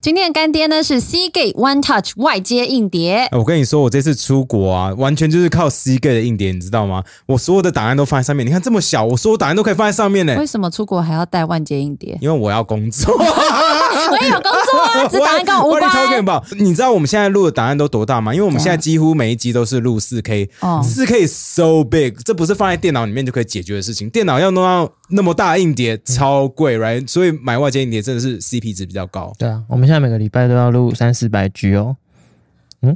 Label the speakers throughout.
Speaker 1: 今天的干爹呢是 Seagate One Touch 外接硬碟，
Speaker 2: 哎我跟你说，我这次出国啊，完全就是靠 C G 的硬碟，你知道吗？我所有的档案都放在上面。你看这么小，我所有档案都可以放在上面呢、
Speaker 1: 为什么出国还要带万接硬 碟？
Speaker 2: 因为我要工作。
Speaker 1: 我也有工作啊，只档案跟我无
Speaker 2: 我 talking
Speaker 1: 关。
Speaker 2: about？你知道我们现在录的档案都多大吗？因为我们
Speaker 1: 怎样
Speaker 2: 现在几乎每一集都是录四 K，
Speaker 1: 啊哦
Speaker 2: 四 K is so big，这不是放在电脑里面就可以解决的事情。电脑要弄到那么大的硬碟，超贵，right？所以买外接硬碟真的是 CP 值比较高。
Speaker 3: 对啊，我们现在每个礼拜都要录三四百 G 哦。
Speaker 2: 你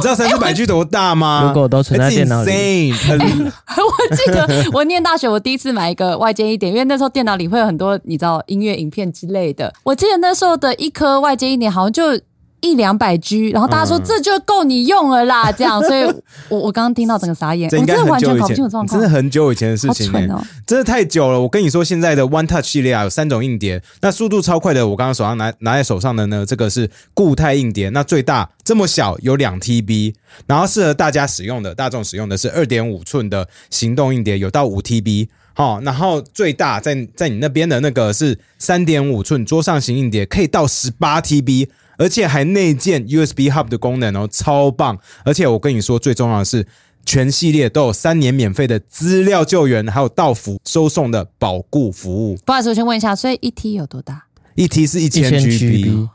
Speaker 2: 知道三四百 G 多大吗？
Speaker 3: 如果都存在电脑里
Speaker 2: It's insane，很
Speaker 1: 我记 得我念大学，我第一次买一个外接硬碟，因为那时候电脑里会有很多你知道音乐、影片之类的。我记得那时候的一颗外接硬碟好像就。一两百 G，然后大家说这就够你用了啦，这样， 所以我我刚刚听到整个傻眼，
Speaker 2: 这
Speaker 1: 我
Speaker 2: 应
Speaker 1: 真
Speaker 2: 该
Speaker 1: 的
Speaker 2: 很
Speaker 1: 完
Speaker 2: 久
Speaker 1: 全
Speaker 2: 以
Speaker 1: 搞不清楚状
Speaker 2: 前，
Speaker 1: 况
Speaker 2: 真的，很久以前的事
Speaker 1: 好
Speaker 2: 情呢、
Speaker 1: 蠢哦！
Speaker 2: 真的太久了。我跟你说，现在的 One Touch 系列啊，有三种硬碟，那速度超快的，我刚刚手上拿拿在手上的呢，这个是固态硬碟，那最大这么小有两 TB，然后适合大家使用的、大众使用的是二点五寸的行动硬碟，有到五 TB。好、然后最大在在你那边的那个是三点五寸桌上型硬碟，可以到十八 TB，而且还内建 USB Hub 的功能哦，超棒！而且我跟你说，最重要的是，全系列都有三年免费的资料救援，还有到府收送的保固服务。
Speaker 1: 不好意思，我先问一下，所以一 T 有多大？
Speaker 2: 一 T 是一
Speaker 3: 一
Speaker 2: 千
Speaker 3: 千
Speaker 2: GB，
Speaker 3: GB，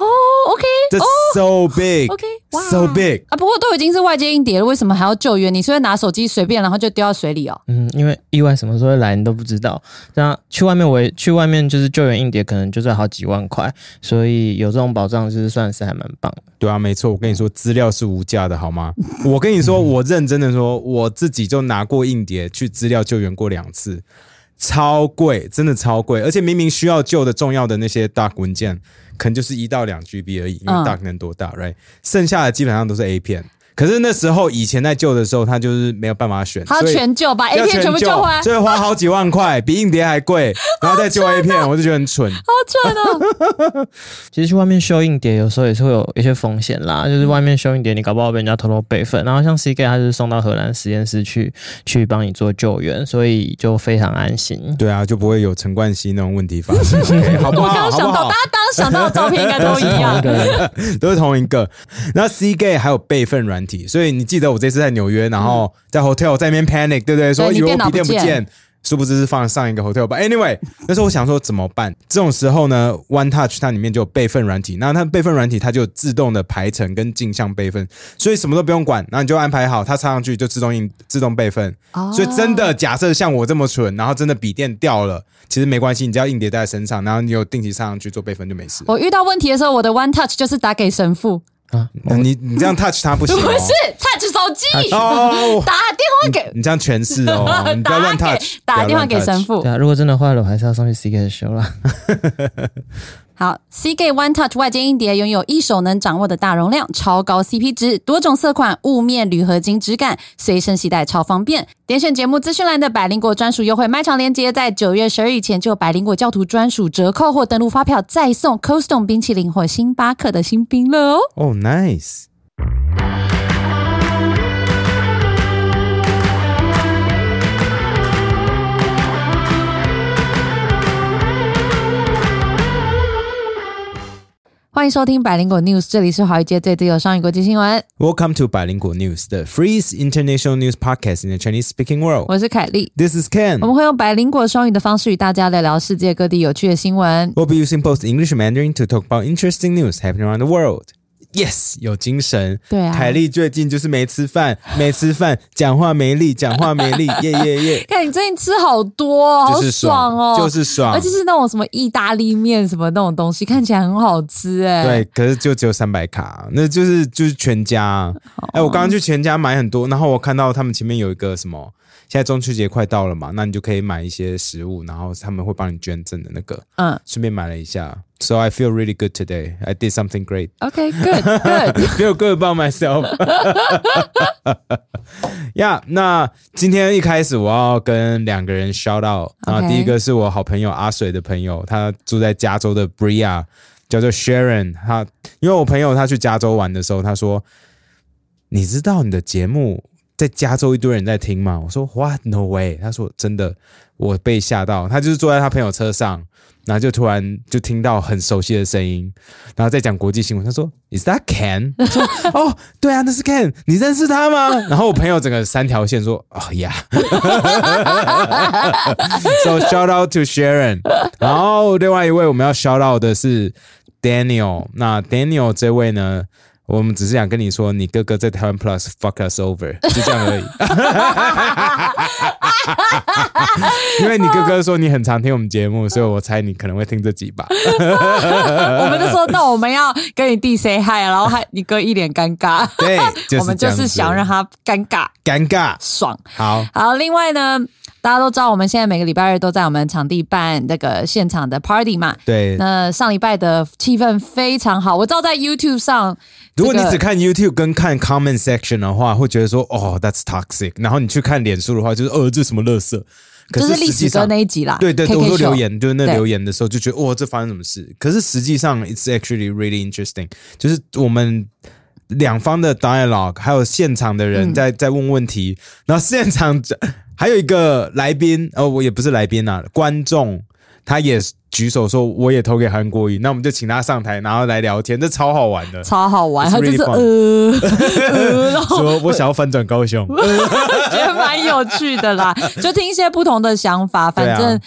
Speaker 1: 哦，OK，
Speaker 2: 这 so big，
Speaker 1: OK，哇
Speaker 2: So big
Speaker 1: 啊！不过都已经是外接硬碟了，为什么还要救援？你是会拿手机随便然后就丢到水里哦？
Speaker 3: 嗯，因为意外什么时候会来你都不知道。那去外面我也去外面就是救援硬碟，可能就是要好几万块，所以有这种保障就是算是还蛮棒的。
Speaker 2: 对啊，没错，我跟你说，资料是无价的，好吗？ 我跟你说，我认真的说，我自己就拿过硬碟去资料救援过两次，超贵，真的超贵，而且明明需要救的重要的那些 doc 文件，可能就是一到两 GB 而已，因为
Speaker 1: 嗯
Speaker 2: doc 能多大、r i g h t 剩下的基本上都是 A 片。可是那时候以前在救的时候，他就是没有办法选，
Speaker 1: 他要
Speaker 2: 所以
Speaker 1: 全救，把 A
Speaker 2: 要
Speaker 1: 片全部救啊回来，
Speaker 2: 所以花好几万 块，比硬碟还贵，然后再救 A 片，我就觉得很蠢。
Speaker 1: 好蠢哦！
Speaker 3: 其实去外面修硬碟有时候也是会有一些风险啦，就是外面修硬碟你搞不好被人家偷偷备份，然后像 CK 他就是送到荷兰实验室去去帮你做救援，所以就非常安心。
Speaker 2: 对啊，就不会有陈冠希那种问题发生，OK，好不
Speaker 1: 我
Speaker 2: 好？
Speaker 1: 刚刚
Speaker 2: 好
Speaker 1: 想
Speaker 2: 不
Speaker 1: 到，
Speaker 2: 好
Speaker 1: 大？家刚刚想到的照片应该都一
Speaker 3: 同一
Speaker 1: 样
Speaker 3: 个。人
Speaker 2: 都是同一个。那 C G 还有备份软体，所以你记得我这次在纽约，然后在 hotel 在那边 panic，对不对？
Speaker 1: 嗯
Speaker 2: 说
Speaker 1: 你
Speaker 2: 以为我
Speaker 1: 电脑
Speaker 2: 笔电
Speaker 1: 不
Speaker 2: 不
Speaker 1: 见
Speaker 2: 见。殊不知是放上一个 hotel 吧。Anyway，那时候我想说怎么办？这种时候呢，One Touch 它里面就有备份软体，那它备份软体它就有自动的排程跟镜像备份，所以什么都不用管，然后你就安排好，它插上去就自动印自动备份。
Speaker 1: 哦
Speaker 2: 所以真的，假设像我这么蠢，然后真的笔电掉了，其实没关系，你只要硬碟带在身上，然后你有定期插上去做备份就没事。
Speaker 1: 我遇到问题的时候，我的 One Touch 就是打给神父，
Speaker 3: 啊，
Speaker 2: 那 你你这样 touch 它不行、
Speaker 1: 不
Speaker 2: 哦，
Speaker 1: 是 Touch 手机，
Speaker 2: 哦，
Speaker 1: 打电话给
Speaker 2: 你这样诠释 哦，你不要乱
Speaker 1: 打
Speaker 2: touch，
Speaker 1: 给打电话给神
Speaker 2: 神。
Speaker 1: 父
Speaker 3: 对。啊，如果真的坏了，我还是要送去 CK 修啦。
Speaker 1: 好，Seagate One Touch 外接硬碟拥有一手能掌握的大容量、超高 CP 值、多种色款、雾面铝合金质感，随身携带超方便。点选节目资讯栏的百灵果专属优惠卖场链接，在九月十二以前就有百灵果教徒专属折扣或登录发票，再送 Coldstone 冰淇淋或星巴克的新冰乐哦。
Speaker 2: 哦，nice。
Speaker 1: 欢迎收听百灵果 News，这里是华语界最自由双语国际新闻，
Speaker 2: Welcome to 百灵果 News, the freest international news podcast in the Chinese-speaking world.
Speaker 1: 我是凯莉。
Speaker 2: This is
Speaker 1: 我
Speaker 2: Ken.
Speaker 1: 们会用百灵果双语的方式与大家聊聊世界各地有趣的新闻。
Speaker 2: We'll be using both English and Mandarin to talk about interesting news happening around the world. Yes，有精神。
Speaker 1: 对啊，
Speaker 2: 凯莉最近就是没吃 饭，没吃饭，讲话没力，讲话没力，耶耶耶，
Speaker 1: 看你最近吃好多、哦，好
Speaker 2: 就是
Speaker 1: 爽哦，
Speaker 2: 就是爽
Speaker 1: 而。且是那种什么意大利面什么那种东西，看起来很好吃哎、
Speaker 2: 对，可是就只有三百卡，那就是就是全家啊。哎、我刚刚去全家买很多，然后我看到他们前面有一个什么，现在中秋节快到了嘛，那你就可以买一些食物，然后他们会帮你捐赠的那个，
Speaker 1: 嗯
Speaker 2: 顺便买了一下。So I feel really good today. I did something great.
Speaker 1: ，OK，good good，
Speaker 2: Feel good about myself. 呀、yeah,，那今天一开始我要跟两个人 shout out 啊
Speaker 1: OK
Speaker 2: 第一个是我好朋友阿水的朋友，他住在加州的 Bria，叫做 Sharon。他因为我朋友他去加州玩的时候，他说：“你知道你的节目在加州一堆人在听嘛。我说 What no way？他说真的，我被吓到。他就是坐在他朋友车上，然后就突然就听到很熟悉的声音，然后再讲国际新闻。他说 Is that Ken？我说哦，对啊，那是 Ken，你认识他吗？然后我朋友整个三条线说哦呀。So shout out to Sharon。然后另外一位我们要 shout out 的是 Daniel。那 Daniel 这位呢，我们只是想跟你说，你哥哥在台湾 Plus fuck us over，就这样而已。 因为你哥哥说你很常听我们节目，所以我猜你可能会听这集吧。
Speaker 1: 我们就说，那我们要跟你弟 say hi，然后还你哥一脸尴尬，
Speaker 2: 对， 就是、
Speaker 1: 我们就是想让他尴尬
Speaker 2: 尴尬。
Speaker 1: 爽。
Speaker 2: 好，
Speaker 1: 好，另外呢，大家都知道我们现在每个礼拜日都在我们场地办那个现场的 party 嘛。
Speaker 2: 对，
Speaker 1: 那上礼拜的气氛非常好，我知道在 YouTube 上，
Speaker 2: 如果你
Speaker 1: 这个
Speaker 2: 只看 YouTube 跟看 comment section 的话，会觉得说哦，that's toxic。然后你去看脸书的话，就是呃，这什么垃圾。可
Speaker 1: 就是是历
Speaker 2: 实际
Speaker 1: 史哥
Speaker 2: 上
Speaker 1: 那一集啦，
Speaker 2: 对对，
Speaker 1: KK
Speaker 2: 我说
Speaker 1: show
Speaker 2: 留言，就是那
Speaker 1: 对
Speaker 2: 留言的时候就觉得，哇，这发生什么事？可是实际上，it's actually really interesting，就是我们。两方的 dialogue，还有现场的
Speaker 1: 嗯
Speaker 2: 人在、在问问题，然后现场还有一个来宾，呃，我也不是来宾啊，观众他也举手说我也投给韩国瑜，那我们就请他上台，然后来聊天，这超好玩的。
Speaker 1: 超好玩，
Speaker 2: It's
Speaker 1: 他就是呃呃， 然后
Speaker 2: 说我想要翻转 高雄，
Speaker 1: 觉得蛮有趣的 啦，就听一些不同的想法，反
Speaker 2: 对啊
Speaker 1: 正、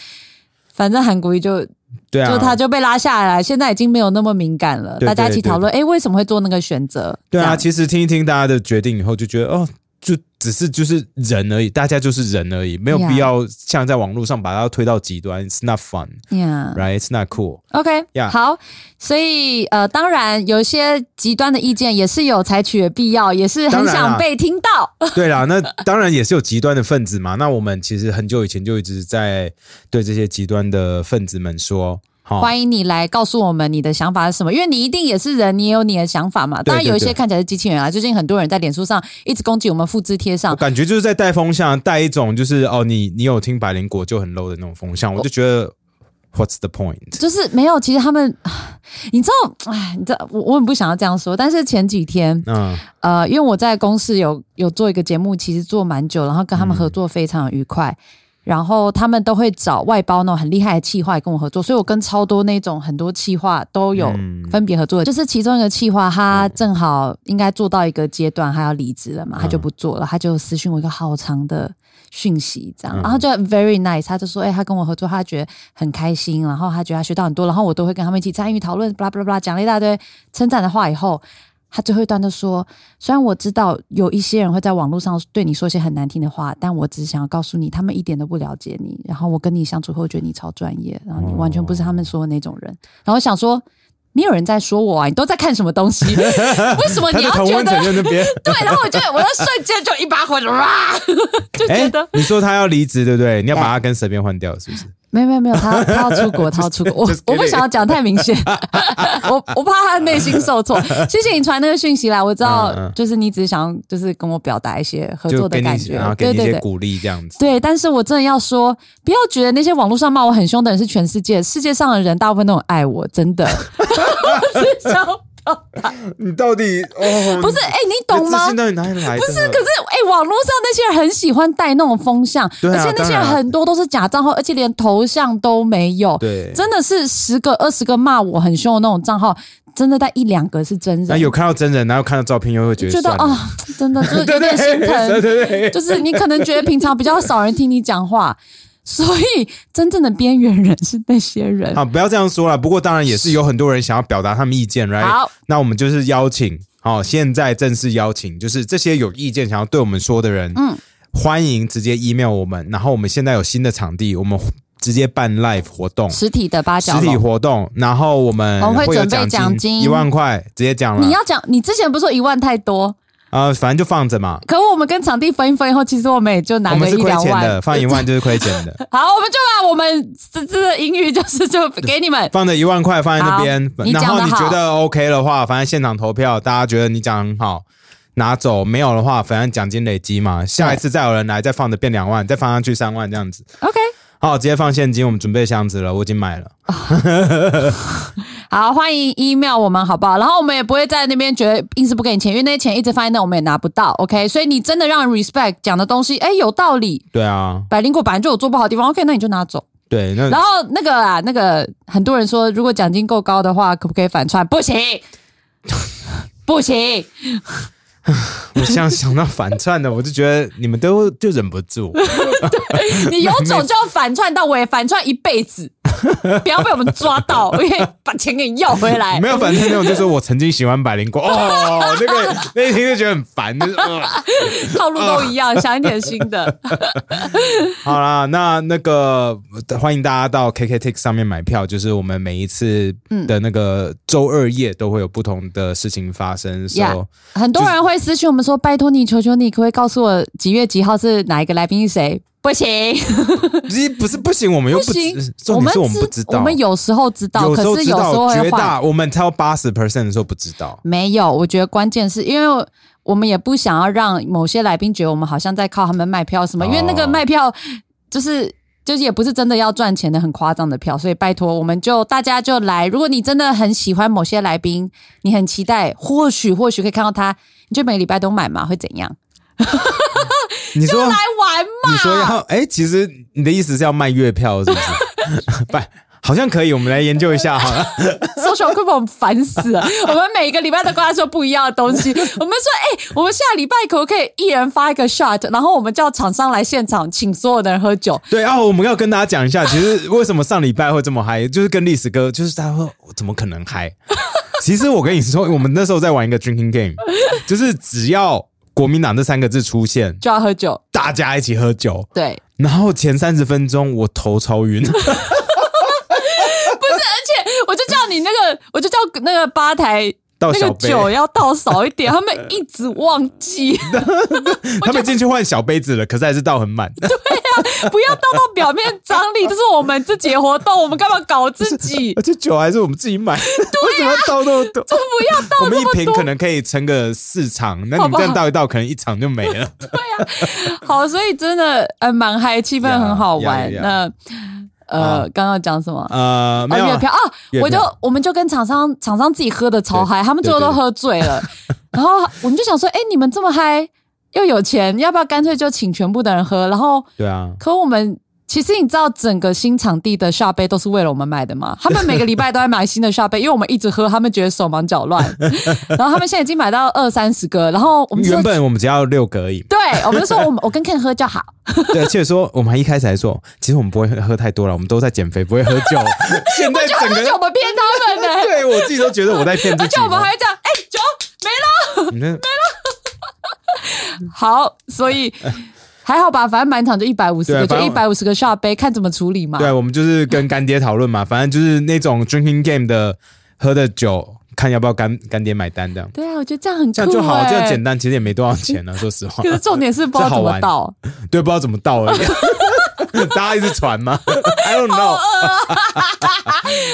Speaker 1: 反正韩国瑜就
Speaker 2: 对啊，
Speaker 1: 就他就被拉下来，现在已经没有那么敏感了。
Speaker 2: 对
Speaker 1: 大家一
Speaker 2: 对
Speaker 1: 起
Speaker 2: 对
Speaker 1: 讨论，哎，为什么会做那个选择？
Speaker 2: 对
Speaker 1: 这
Speaker 2: 啊，
Speaker 1: 样
Speaker 2: 其实听一听大家的决定以后，就觉得哦，就只是就是人而已，大家就是人而已，没有
Speaker 1: Yeah
Speaker 2: 必要像在网络上把它推到极端。It's not fun,
Speaker 1: Yeah.
Speaker 2: right? It's not cool.
Speaker 1: OK，、
Speaker 2: Yeah
Speaker 1: 好，所以呃，当然有一些极端的意见也是有采取的必要，也是很
Speaker 2: 当然啦
Speaker 1: 想被听到。
Speaker 2: 对啦，那当然也是有极端的分子嘛。那我们其实很久以前就一直在对这些极端的分子们说，好、
Speaker 1: 欢迎你来告诉我们你的想法是什么，因为你一定也是人，你也有你的想法嘛。
Speaker 2: 对
Speaker 1: 当然有一
Speaker 2: 对
Speaker 1: 些
Speaker 2: 对
Speaker 1: 看起来是机器人啊，最近很多人在脸书上一直攻击我们复制贴上
Speaker 2: 我，感觉就是在带风向，带一种就是哦，你你有听百灵果就很 low 的那种风向，我就觉得 What's the point？
Speaker 1: 就是没有。其实他们，你知道，哎，你知道，我我很不想要这样说，但是前几天，
Speaker 2: 嗯，
Speaker 1: 呃，因为我在公司有有做一个节目，其实做蛮久，然后跟他们合作非常愉快。然后他们都会找外包那种很厉害的企划跟我合作，所以我跟超多那种很多企划都有
Speaker 2: 嗯
Speaker 1: 分别合作。就是其中一个企划，他正好应该做到一个阶段，他要离职了嘛，他就不做了，他就私讯我一个好长的讯息，这
Speaker 2: 嗯
Speaker 1: 样，然后就 very nice，他就说，哎、他跟我合作，他觉得很开心，然后他觉得他学到很多，然后我都会跟他们一起参与讨论，巴拉巴拉巴拉，讲了一大堆称赞的话以后。他最后一段就说：“虽然我知道有一些人会在网络上对你说些很难听的话，但我只是想要告诉你，他们一点都不了解你。然后我跟你相处后，觉得你超专业，然后你完全不是他们说的那种人。然后我想说，没有人在说我啊，你都在看什么东 西？为什么
Speaker 2: 他
Speaker 1: 你
Speaker 2: 的
Speaker 1: 要
Speaker 2: 同
Speaker 1: 觉
Speaker 2: 温层
Speaker 1: 得？
Speaker 2: 在那边。
Speaker 1: 对，然后我就我就瞬间就一把火就哇， 就
Speaker 2: 哎、
Speaker 1: 觉得、
Speaker 2: 你说他要离职，对不对？你要把他跟蛇变换掉，是不是？
Speaker 1: 没有没有没有，他他要出国，他要出国，我
Speaker 2: Just
Speaker 1: 我不
Speaker 2: kidding
Speaker 1: 想要讲太明显， 我我怕他内心受挫。谢谢你传那个讯息来，我知道
Speaker 2: 嗯嗯
Speaker 1: 就是你只是想就是跟我表达一些 合
Speaker 2: 就
Speaker 1: 作的
Speaker 2: 给你，
Speaker 1: 感觉
Speaker 2: 然后，给
Speaker 1: 对
Speaker 2: 你一
Speaker 1: 对
Speaker 2: 些
Speaker 1: 对。
Speaker 2: 鼓励，这样子。
Speaker 1: 对，但是我真的要说，不要觉得那些网络上骂我很凶的人是全世界，世界上的人大部分都很爱我，真的。 我只是想表达
Speaker 2: 你到底哦，
Speaker 1: 不是，哎、你懂吗？
Speaker 2: 到底哪里来？不
Speaker 1: 是，可是哎、网络上那些人很喜欢带那种风向，
Speaker 2: 对
Speaker 1: 而
Speaker 2: 啊
Speaker 1: 且那些
Speaker 2: 当
Speaker 1: 人
Speaker 2: 然啊
Speaker 1: 很多都是假账号，而且连头像都没有。
Speaker 2: 对，
Speaker 1: 真的是十个、二十个骂我很凶的那种账号，真的在一两个是真
Speaker 2: 那
Speaker 1: 人，
Speaker 2: 有看到真人，然后看到照片，又会觉得
Speaker 1: 觉得
Speaker 2: 算了
Speaker 1: 啊、真的就是哦有点心
Speaker 2: 对
Speaker 1: 疼。
Speaker 2: 对对，
Speaker 1: 就是你可能觉得平常比较少人听你讲话，所以真正的边缘人是那些人。
Speaker 2: 啊，不要这样说了。不过当然也是有很多人想要表达他们意见，right？
Speaker 1: 好，
Speaker 2: 那我们就是邀请，好、现在正式邀请，就是这些有意见想要对我们说的人，嗯，欢迎直接 email 我们。然后我们现在有新的场地，我们直接办 live 活动。
Speaker 1: 实体的八角
Speaker 2: 实体
Speaker 1: 笼，
Speaker 2: 活动，然后我们
Speaker 1: 我们会
Speaker 2: 会有
Speaker 1: 准备奖
Speaker 2: 奖
Speaker 1: 金
Speaker 2: 一万块，直接讲了。
Speaker 1: 你要讲，你之前不是说一万太多，
Speaker 2: 啊、反正就放着嘛。
Speaker 1: 可我们跟场地分一分以后，其实我们也就拿
Speaker 2: 我
Speaker 1: 个
Speaker 2: 们是
Speaker 1: 一
Speaker 2: 亏
Speaker 1: 两
Speaker 2: 钱
Speaker 1: 万
Speaker 2: 的，。放一万就是亏钱 的，
Speaker 1: 好，我们就把我们这这个盈余就是就给你们。
Speaker 2: 放着一万块放在那边
Speaker 1: 好你，
Speaker 2: 然
Speaker 1: 讲得
Speaker 2: 后你
Speaker 1: 好
Speaker 2: 觉得 OK 的话，反正现场投票，大家觉得你讲得很好。拿走没有的话，反正奖金累积嘛，下一次再有人来，再放着变两万，再放上去三万这样子。
Speaker 1: OK，
Speaker 2: 好，直接放现金，我们准备箱子了，我已经买了。
Speaker 1: 好，欢迎 email 我们好不好？然后我们也不会在那边觉得硬是不给你钱，因为那些钱一直放在那，我们也拿不到。OK，所以你真的让 respect 讲的东西，哎，有道理。
Speaker 2: 对啊，
Speaker 1: 百灵果本来就有做不好的地方，OK，那你就拿走。
Speaker 2: 对，那
Speaker 1: 然后那个啊，那个很多人说，如果奖金够高的话，可不可以反串？不行，不行。
Speaker 2: 我想想到反串的，我就觉得你们都就忍不住。
Speaker 1: 你有种就要反串到尾，反串一辈子，不要被我们抓到，因为 把钱给你要回来。
Speaker 2: 没有反串那种，就说我曾经喜欢百灵果， 哦，那个那一听就觉得很烦。就是呃
Speaker 1: 套路都一样，想一点新的。
Speaker 2: 好啦，那那个欢迎大家到 KKTix 上面买票，就是我们每一次
Speaker 1: 嗯
Speaker 2: 的那个周二夜都会有不同的事情发生。所、
Speaker 1: Yeah 很多人会私讯我们说：“拜托你，求求你，可不可以告诉我几月几号是哪一个来宾是谁？”不行，
Speaker 2: 其实不是不行，我们又
Speaker 1: 不
Speaker 2: 不
Speaker 1: 行
Speaker 2: 知，重点是我们不知道，
Speaker 1: 我们有时候知道，
Speaker 2: 有
Speaker 1: 可
Speaker 2: 时候
Speaker 1: 是
Speaker 2: 知
Speaker 1: 有时候
Speaker 2: 道，
Speaker 1: 会
Speaker 2: 绝
Speaker 1: 换。
Speaker 2: 大我们超八十 percent 的时候不知道。
Speaker 1: 没有，我觉得关键是因为我们也不想要让某些来宾觉得我们好像在靠他们卖票什么，
Speaker 2: 哦
Speaker 1: 因为那个卖票就是。就是也不是真的要赚钱的，很夸张的票，所以拜托，我们就大家就来。如果你真的很喜欢某些来宾，你很期待，或许或许可以看到他，你就每个礼拜都买嘛，会怎样？
Speaker 2: 你说
Speaker 1: 来玩嘛！
Speaker 2: 你说要哎、其实你的意思是要卖月票是不是？ 不，好像可以，我们来研究一下好了。
Speaker 1: social group 我们烦死 了，我们每个礼拜都跟他说不一样的东西。我 们说，哎、我们下礼拜可不可以一人发一个 shot，然后我们叫厂商来现场，请所有的人喝酒。
Speaker 2: 对啊，我们要跟大家讲一 下，其实为什么上礼拜会这么嗨，就是跟历史哥，就是他说我怎么可能 嗨？其实我跟你说，我们那时候在玩一个 drinking game，就是只要国民党这三个字出现，
Speaker 1: 就要喝酒，
Speaker 2: 大家一起喝酒，
Speaker 1: 对，
Speaker 2: 然后前三十分钟我头超 晕，
Speaker 1: 而且我就叫你那个，我就叫那个吧台
Speaker 2: 到
Speaker 1: 那
Speaker 2: 小
Speaker 1: 个
Speaker 2: 杯，
Speaker 1: 酒要倒少一 点，他们一直忘记，
Speaker 2: 他们进去换小杯子了，可是还是倒很 满。
Speaker 1: 不要倒到表面张力，这是我们自己的活动，我们干嘛搞自 己？
Speaker 2: 而且酒还是我们自己买，为什么要倒那啊么多？就不要倒我们一瓶可能可以撑个四场，那你
Speaker 1: 好
Speaker 2: 们
Speaker 1: 不好
Speaker 2: 这样倒一倒，可能一场就没 了。
Speaker 1: 好，所以真的呃蛮嗨，气氛很好玩。
Speaker 2: 呀呀呀
Speaker 1: 那呃
Speaker 2: 啊，
Speaker 1: 刚刚讲什么？
Speaker 2: 呃，没
Speaker 1: 哦，
Speaker 2: 有
Speaker 1: 月
Speaker 2: 啊，
Speaker 1: 票啊，
Speaker 2: 月
Speaker 1: 我就
Speaker 2: 票
Speaker 1: 我们就跟厂商厂商自己喝的超
Speaker 2: 对
Speaker 1: 嗨，他们最后
Speaker 2: 对
Speaker 1: 都
Speaker 2: 对
Speaker 1: 喝醉了， 然后我们就想说，哎、你们这么嗨又有钱，要不要干脆就请全部的人喝？然后
Speaker 2: 对啊，
Speaker 1: 可我们。其实你知道整个新场地的下杯都是为了我们买的 吗？他们每个礼拜都在买新的下杯，因为我们一直喝，他们觉得手忙脚乱。 然后他们现在已经买到二三十个，然后我们就。
Speaker 2: 原本我们只要六个而已
Speaker 1: 对，我们就说我们我跟 Ken 喝就好，
Speaker 2: 对，而且说我们还一开始还说，其实我们不会喝喝太多了，我们都在减肥，不会喝 酒。现在整
Speaker 1: 而且我
Speaker 2: 个
Speaker 1: 们骗他们 呢、
Speaker 2: 对我自己都觉得我在骗自
Speaker 1: 而
Speaker 2: 己
Speaker 1: 且我们还会这样，哎、酒没了。
Speaker 2: 了。你那
Speaker 1: 好，所以还好吧，反正满场就一百五十
Speaker 2: 对啊
Speaker 1: 个，就
Speaker 2: 反正
Speaker 1: 一百五十个下杯，看怎么处理嘛。
Speaker 2: 对，我啊们就是跟干爹讨论嘛，反正就是那种 drinking game 的喝的酒，看要不要干干爹买单这样。
Speaker 1: 对啊，我觉得这样很酷、
Speaker 2: 这
Speaker 1: 欸，
Speaker 2: 样就好，啊这样简单，其实也没多少 钱呢、说实话
Speaker 1: 可。是重点是不知道
Speaker 2: 这
Speaker 1: 怎么
Speaker 2: 好玩
Speaker 1: 倒，
Speaker 2: 对，不知道怎么倒而已。 大家一直 传吗？I don't
Speaker 1: 哦
Speaker 2: know。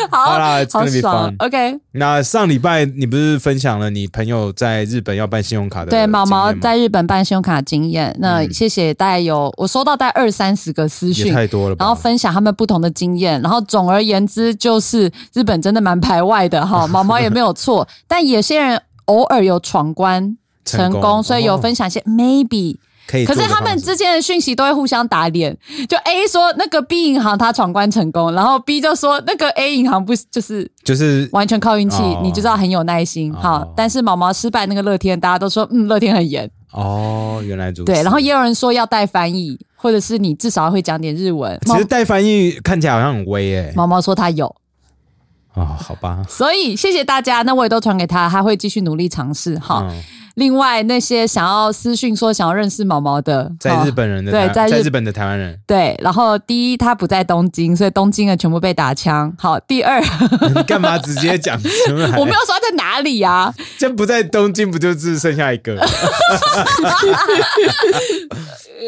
Speaker 1: 好
Speaker 2: 好啦，it's
Speaker 1: 好
Speaker 2: gonna be
Speaker 1: 爽
Speaker 2: fun。
Speaker 1: OK，
Speaker 2: 那上礼拜你不是分享了你朋友在日本要办信用卡的
Speaker 1: 对，毛毛
Speaker 2: 经验吗
Speaker 1: 在日本办信用卡经验，那谢谢大概有我收到大概二三十个私
Speaker 2: 嗯也
Speaker 1: 讯。
Speaker 2: 太多了吧？
Speaker 1: 然后分享他们不同的经验，然后总而言之就是日本真的蛮排外的 哈，毛毛也没有错，但有些人偶尔有闯关成
Speaker 2: 成
Speaker 1: 功，
Speaker 2: 功哦
Speaker 1: 所以有分享一些 maybe，
Speaker 2: 可以
Speaker 1: 可
Speaker 2: 做的
Speaker 1: 是
Speaker 2: 方式，
Speaker 1: 他们之间的讯息都会互相打脸，就 A 说那个 B 银行他闯关成功，然后 B 就说那个 A 银行不是就是
Speaker 2: 就是
Speaker 1: 完全靠运气，
Speaker 2: 哦
Speaker 1: 你就知道很有耐心
Speaker 2: 哦
Speaker 1: 好，但是毛毛失败那个乐天，大家都说嗯乐天很严，
Speaker 2: 哦，原来如此。
Speaker 1: 对，然后也有人说要带翻译，或者是你至少会讲点日文。
Speaker 2: 其
Speaker 1: 毛
Speaker 2: 实带翻译看起来好像很威诶、
Speaker 1: 毛毛说他有，
Speaker 2: 哦，好吧，
Speaker 1: 所以谢谢大家，那我也都传给他，他会继续努力尝试哈。
Speaker 2: 嗯，
Speaker 1: 另外那些想要私讯说想要认识毛毛的，
Speaker 2: 在
Speaker 1: 哈
Speaker 2: 日本人
Speaker 1: 哦
Speaker 2: 的
Speaker 1: 对
Speaker 2: 台
Speaker 1: 在日
Speaker 2: 在日本的台湾人，
Speaker 1: 对，然后第一，他不在东京，所以东京的全部被打枪。好，第 二，
Speaker 2: 你干嘛直接讲出来？
Speaker 1: 我没有说他在哪里呀、啊，
Speaker 2: 这不在东京，不就只剩下一个？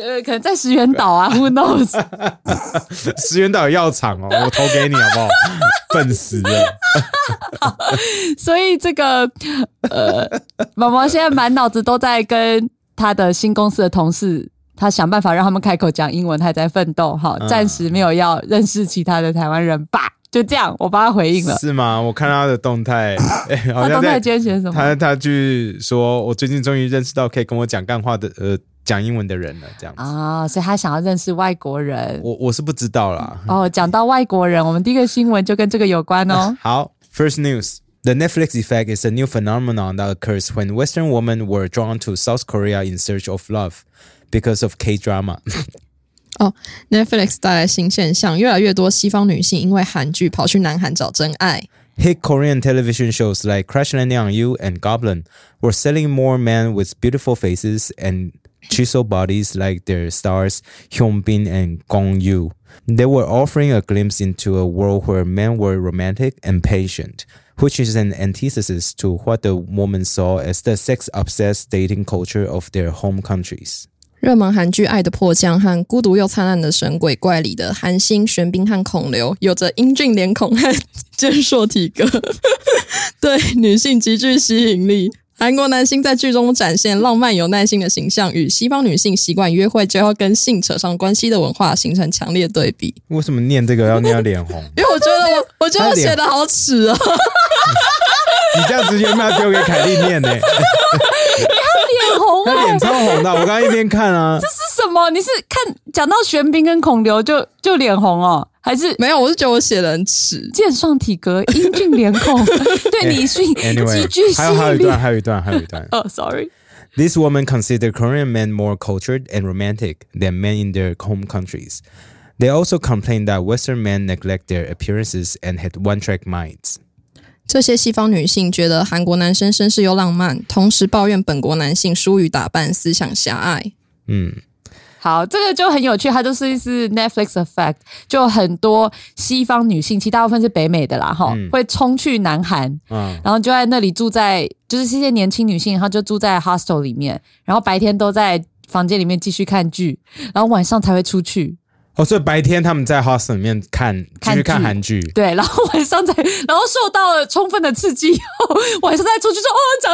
Speaker 1: 呃，可能在石原岛啊，Who knows？
Speaker 2: 石原岛有药厂哦，我投给你好 不好？笨死了！
Speaker 1: 所以这个呃，毛毛现在满脑子都在跟他的新公司的同事。他想办法让他们开口讲英文，他还在奋斗。好，
Speaker 2: 嗯
Speaker 1: 暂时没有要认识其他的台湾人吧。就这样，我帮他回应了。
Speaker 2: 是吗？我看他的 动态，哎好
Speaker 1: 他
Speaker 2: 像
Speaker 1: 动态
Speaker 2: 在
Speaker 1: 坚选什么？
Speaker 2: 他他去说，我最近终于认识到可以跟我讲干话的呃讲英文的人了，这样子。
Speaker 1: 啊、所以他想要认识外国人。
Speaker 2: 我我是不知道啦。。
Speaker 1: 哦，讲到外国人，我们第一个新闻就跟这个有关哦
Speaker 2: 好，First news. The Netflix effect is a new phenomenon that occurs when Western women were drawn to South Korea in search of love because of K drama.
Speaker 4: Netflix 带来新现象，越来越多西方女性因为韩剧跑去南韩找真爱。
Speaker 2: Hit Korean television shows like Crash Landing on You and Goblin were selling more men with beautiful faces and chiseled bodies like their stars Hyun Bin and Gong Yoo. They were offering a glimpse into a world where men were romantic and patient, which is an antithesis to what the women saw as the sex obsessed dating culture of their home countries.
Speaker 4: 热门韩剧《爱的迫降》和《孤独又灿烂的神鬼怪》里的韩星玄彬和孔刘，有着英俊脸孔和健硕体格， 对女性极具吸引力。韩国男星在剧中展现浪漫有耐心的形象，与西方女性习惯约会就要跟性扯上关系的文化形成强烈对比。
Speaker 2: 为什么念这个要念脸红？
Speaker 4: 因为我觉得我，我觉得我写的好耻哦、
Speaker 2: 你这样直接骂丢给凯莉念呢、欸？
Speaker 1: 脸
Speaker 2: 哦
Speaker 1: 红啊！
Speaker 2: 她脸超红的，我刚刚一边看啊。
Speaker 1: 是什么？你是看讲到玄彬跟孔刘就就脸红哦，还是
Speaker 4: 没有，我是觉得我写的很耻。
Speaker 1: 健硕体格、英俊脸 孔，对你是
Speaker 2: Anyway，
Speaker 1: 极具吸
Speaker 2: 还有还有
Speaker 1: 引
Speaker 2: 一
Speaker 1: 力？
Speaker 2: 段，还有一段，还有一段。
Speaker 1: 哦，sorry，
Speaker 2: These women consider Korean men more cultured and romantic than men in their home countries. They also complain that Western men neglect their appearances and had one-track minds.
Speaker 4: 这些西方女性觉得韩国男生绅士又浪漫，同时抱怨本国男性疏于打扮、思想狭隘。
Speaker 2: 嗯，
Speaker 1: 好，这个就很有趣，它就是一次 Netflix effect，就很多西方女性，其实大部分是北美的啦，哈、
Speaker 2: 嗯
Speaker 1: 会冲去南韩，
Speaker 2: 啊，
Speaker 1: 然后就在那里住在，就是这些年轻女性，然后就住在 hostel 里面，然后白天都在房间里面继续看剧，然后晚上才会出去，
Speaker 2: 哦，所以白天他们在 hostel 里面看，继
Speaker 1: 看
Speaker 2: 续
Speaker 1: 剧
Speaker 2: 看韩剧。
Speaker 1: 对，然后晚上才，然后受到了充分的刺激以后，晚上再出去说哦，长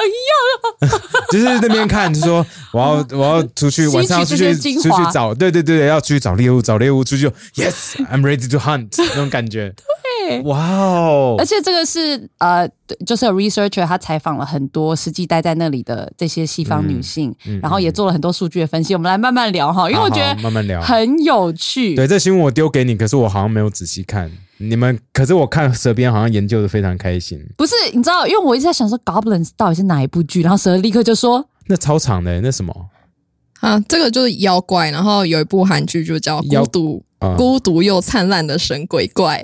Speaker 1: 一
Speaker 2: 就是那边看，就 说我要我要出去，
Speaker 1: 吸取
Speaker 2: 晚上要出去
Speaker 1: 这些
Speaker 2: 出
Speaker 1: 精华
Speaker 2: 去找，对对对对，要出去找猎物，找猎物出去就 yes I'm ready to hunt 那种感觉。对，哇哦
Speaker 1: 样，而，且这个是呃，对就是有 researcher 他采访了很多实际待在那里的这些西方女性，然后也做了很多数据的分析，我们来慢嗯慢聊哈，因为我觉
Speaker 2: 好
Speaker 1: 得
Speaker 2: 好慢慢聊
Speaker 1: 很有趣。
Speaker 2: 对，这新闻我丢给你，可是我好像没有仔细看。你们可是我看蛇边好像研究的非常开心，
Speaker 1: 不是，你知道，因为我一直在想说《Goblins》到底是哪一部剧，然后蛇立刻就说
Speaker 2: 那超长的欸那什么
Speaker 4: 啊，这个就是妖怪，然后有一部韩剧就叫《
Speaker 2: 妖
Speaker 4: 孤独、
Speaker 2: 啊，
Speaker 4: 孤独又灿烂的神鬼怪》，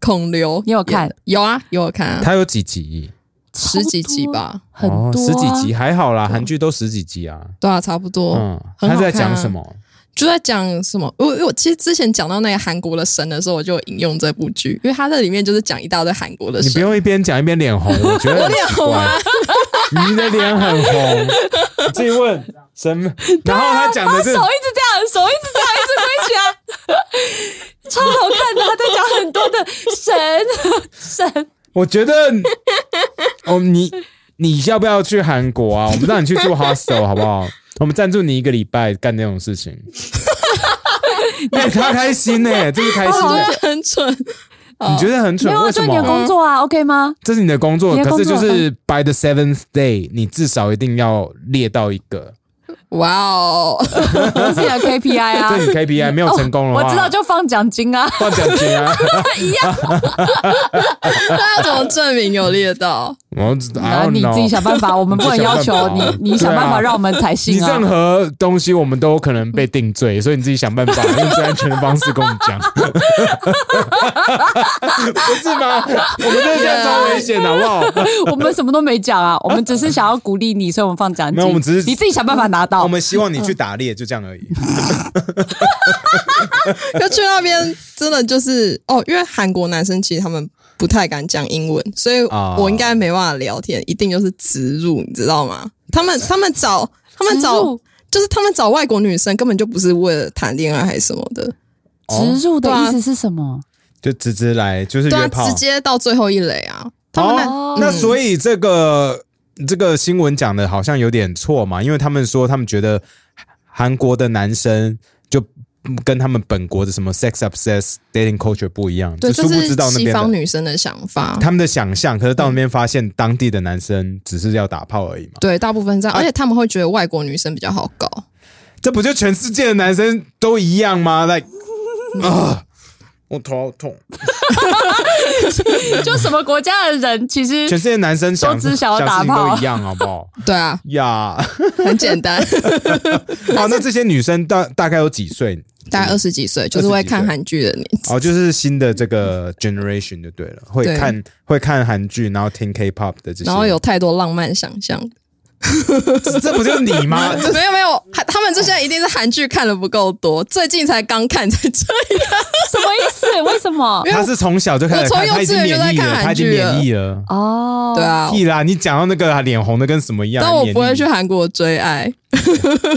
Speaker 4: 孔刘
Speaker 1: 你有看
Speaker 4: 演的？有啊，有看啊，
Speaker 2: 它有几集？
Speaker 4: 十几集吧，
Speaker 1: 很多、啊
Speaker 2: 哦，十几集，还好啦，韩剧都十几集啊。
Speaker 4: 对啊，差不多。
Speaker 2: 嗯，
Speaker 4: 啊很
Speaker 2: 它
Speaker 4: 好
Speaker 2: 是在
Speaker 4: 看啊
Speaker 2: 讲什么？
Speaker 4: 就在讲什么？我我其实之前讲到那个韩国的神的时候，我就引用这部剧，因为它在里面就是讲一大堆韩国的
Speaker 2: 你不
Speaker 4: 神。
Speaker 2: 用一边讲一边脸红，我觉得很
Speaker 4: 脸
Speaker 2: 奇
Speaker 4: 红啊
Speaker 2: 怪你的脸很红，你自己问什么？
Speaker 4: 啊
Speaker 2: 然后他讲的
Speaker 1: 啊手一直这
Speaker 2: 是
Speaker 1: 样，手一直这样，一直挥起来， 超好看的。他在讲很多的神神，
Speaker 2: 我觉得， 哦，你你要不要去韩国啊？我们让你去住 hostel 好不好？我们赞助你一个礼拜干那种事情。 哎、他开心呢、这是开心
Speaker 4: 我
Speaker 2: 的、
Speaker 4: 觉得很蠢。
Speaker 2: 你觉得很
Speaker 1: 哦没
Speaker 2: 蠢？
Speaker 1: 有啊
Speaker 2: 为
Speaker 1: 就
Speaker 2: 什
Speaker 1: 你的
Speaker 2: 么？
Speaker 1: 工作啊，OK 吗？
Speaker 2: 这是你的工作，
Speaker 1: 你的
Speaker 2: 可
Speaker 1: 工
Speaker 2: 是
Speaker 1: 作
Speaker 2: 就是 by the seventh day，你至少一定要列到一个，
Speaker 4: 哇 哦！
Speaker 1: 这是你的 KPI 啊哦
Speaker 2: 这。是你 KPI 没有成功的
Speaker 1: 我
Speaker 2: 话，
Speaker 1: 知道就放奖金啊，
Speaker 2: 放奖金 啊。
Speaker 4: 那要怎么证明有猎到？
Speaker 2: 我
Speaker 1: 然
Speaker 2: 啊，
Speaker 1: 后你自己想办法，我们不能要求你，你想办法让我们采
Speaker 2: 你
Speaker 1: 信啊
Speaker 2: 任。何东西我们都可能被定
Speaker 4: 嗯
Speaker 2: 罪，所以你自己想办法用最安全的方式跟我们 讲，不是吗？我们这讲超危险的，好不 好？
Speaker 1: 我们什么都没讲啊，我们只是想要鼓励你，所以我们放奖
Speaker 2: 没
Speaker 1: 金。
Speaker 2: 有我们只是
Speaker 1: 你自己想办法拿到。
Speaker 2: 们希望你去打猎，就这样而已。
Speaker 4: 嗯就去那边真的就是哦，因为韩国男生其实他们不太敢讲英文，所以
Speaker 2: 啊
Speaker 4: 我应该没办法聊天，一定就是植入，你知道吗？他们他们找他们
Speaker 1: 植
Speaker 4: 找
Speaker 1: 入
Speaker 4: 就是他们找外国女生根本就不是为了谈恋爱还是什么的，
Speaker 2: 哦
Speaker 1: 植入的
Speaker 4: 对啊
Speaker 1: 意思是什 么？
Speaker 2: 就直直来，就是
Speaker 4: 对啊，
Speaker 2: 约炮
Speaker 4: 直。接到最后一垒啊，他们那、
Speaker 1: 哦
Speaker 2: 那
Speaker 4: 嗯
Speaker 2: 所以这个这个新闻讲的好像有点错嘛，因为他们说他们觉得。韩国的男生就嗯跟他们本国的什么 sex obsess dating culture 不一样，
Speaker 4: 对，
Speaker 2: 就
Speaker 4: 这
Speaker 2: 殊不
Speaker 4: 是
Speaker 2: 知道那
Speaker 4: 西
Speaker 2: 边
Speaker 4: 方
Speaker 2: 的
Speaker 4: 女生的想法。
Speaker 2: 他们的想象，可是到那边发现当地的男生只是要打炮而已嘛，
Speaker 4: 对，大部分
Speaker 2: 啊
Speaker 4: 这样，而且他们会觉得外国女生比较好搞。
Speaker 2: 这不就全世界的男生都一样吗？Like 啊，我头好痛。
Speaker 1: 就什么国家的人其实
Speaker 2: 全世界的男生想
Speaker 1: 都只想要
Speaker 2: 想
Speaker 1: 打
Speaker 2: 事情
Speaker 1: 炮
Speaker 2: 都一样，好不 好？
Speaker 4: 对啊，
Speaker 2: 呀，
Speaker 4: 很简 单，
Speaker 2: 好，那这些女生大大概有几岁？
Speaker 4: 大概二十几岁就是会看韩剧的年纪。
Speaker 2: 哦，就是新的这个 generation 就对了，会
Speaker 4: 对
Speaker 2: 看会看韩剧，然后听 K-pop 的这些，
Speaker 4: 然后有太多浪漫想象，
Speaker 2: 这这不就是你 吗？这
Speaker 4: 没有没有，他他们这些一定是韩剧看的不够多，最近才刚看在这里，
Speaker 1: 什么意思？为什 么？
Speaker 2: 他是从小就开始
Speaker 4: 我从
Speaker 2: 看，
Speaker 4: 幼
Speaker 2: 他已经
Speaker 4: 稚园就在
Speaker 2: 免疫
Speaker 4: 看
Speaker 2: 了，他
Speaker 4: 韩
Speaker 2: 已经
Speaker 4: 剧了
Speaker 2: 免疫了。
Speaker 1: 哦，
Speaker 4: 对，啊，
Speaker 2: 屁啦！你讲到那个脸红的跟什么一样，
Speaker 4: 但我
Speaker 2: 免疫
Speaker 4: 不会去。韩国追爱，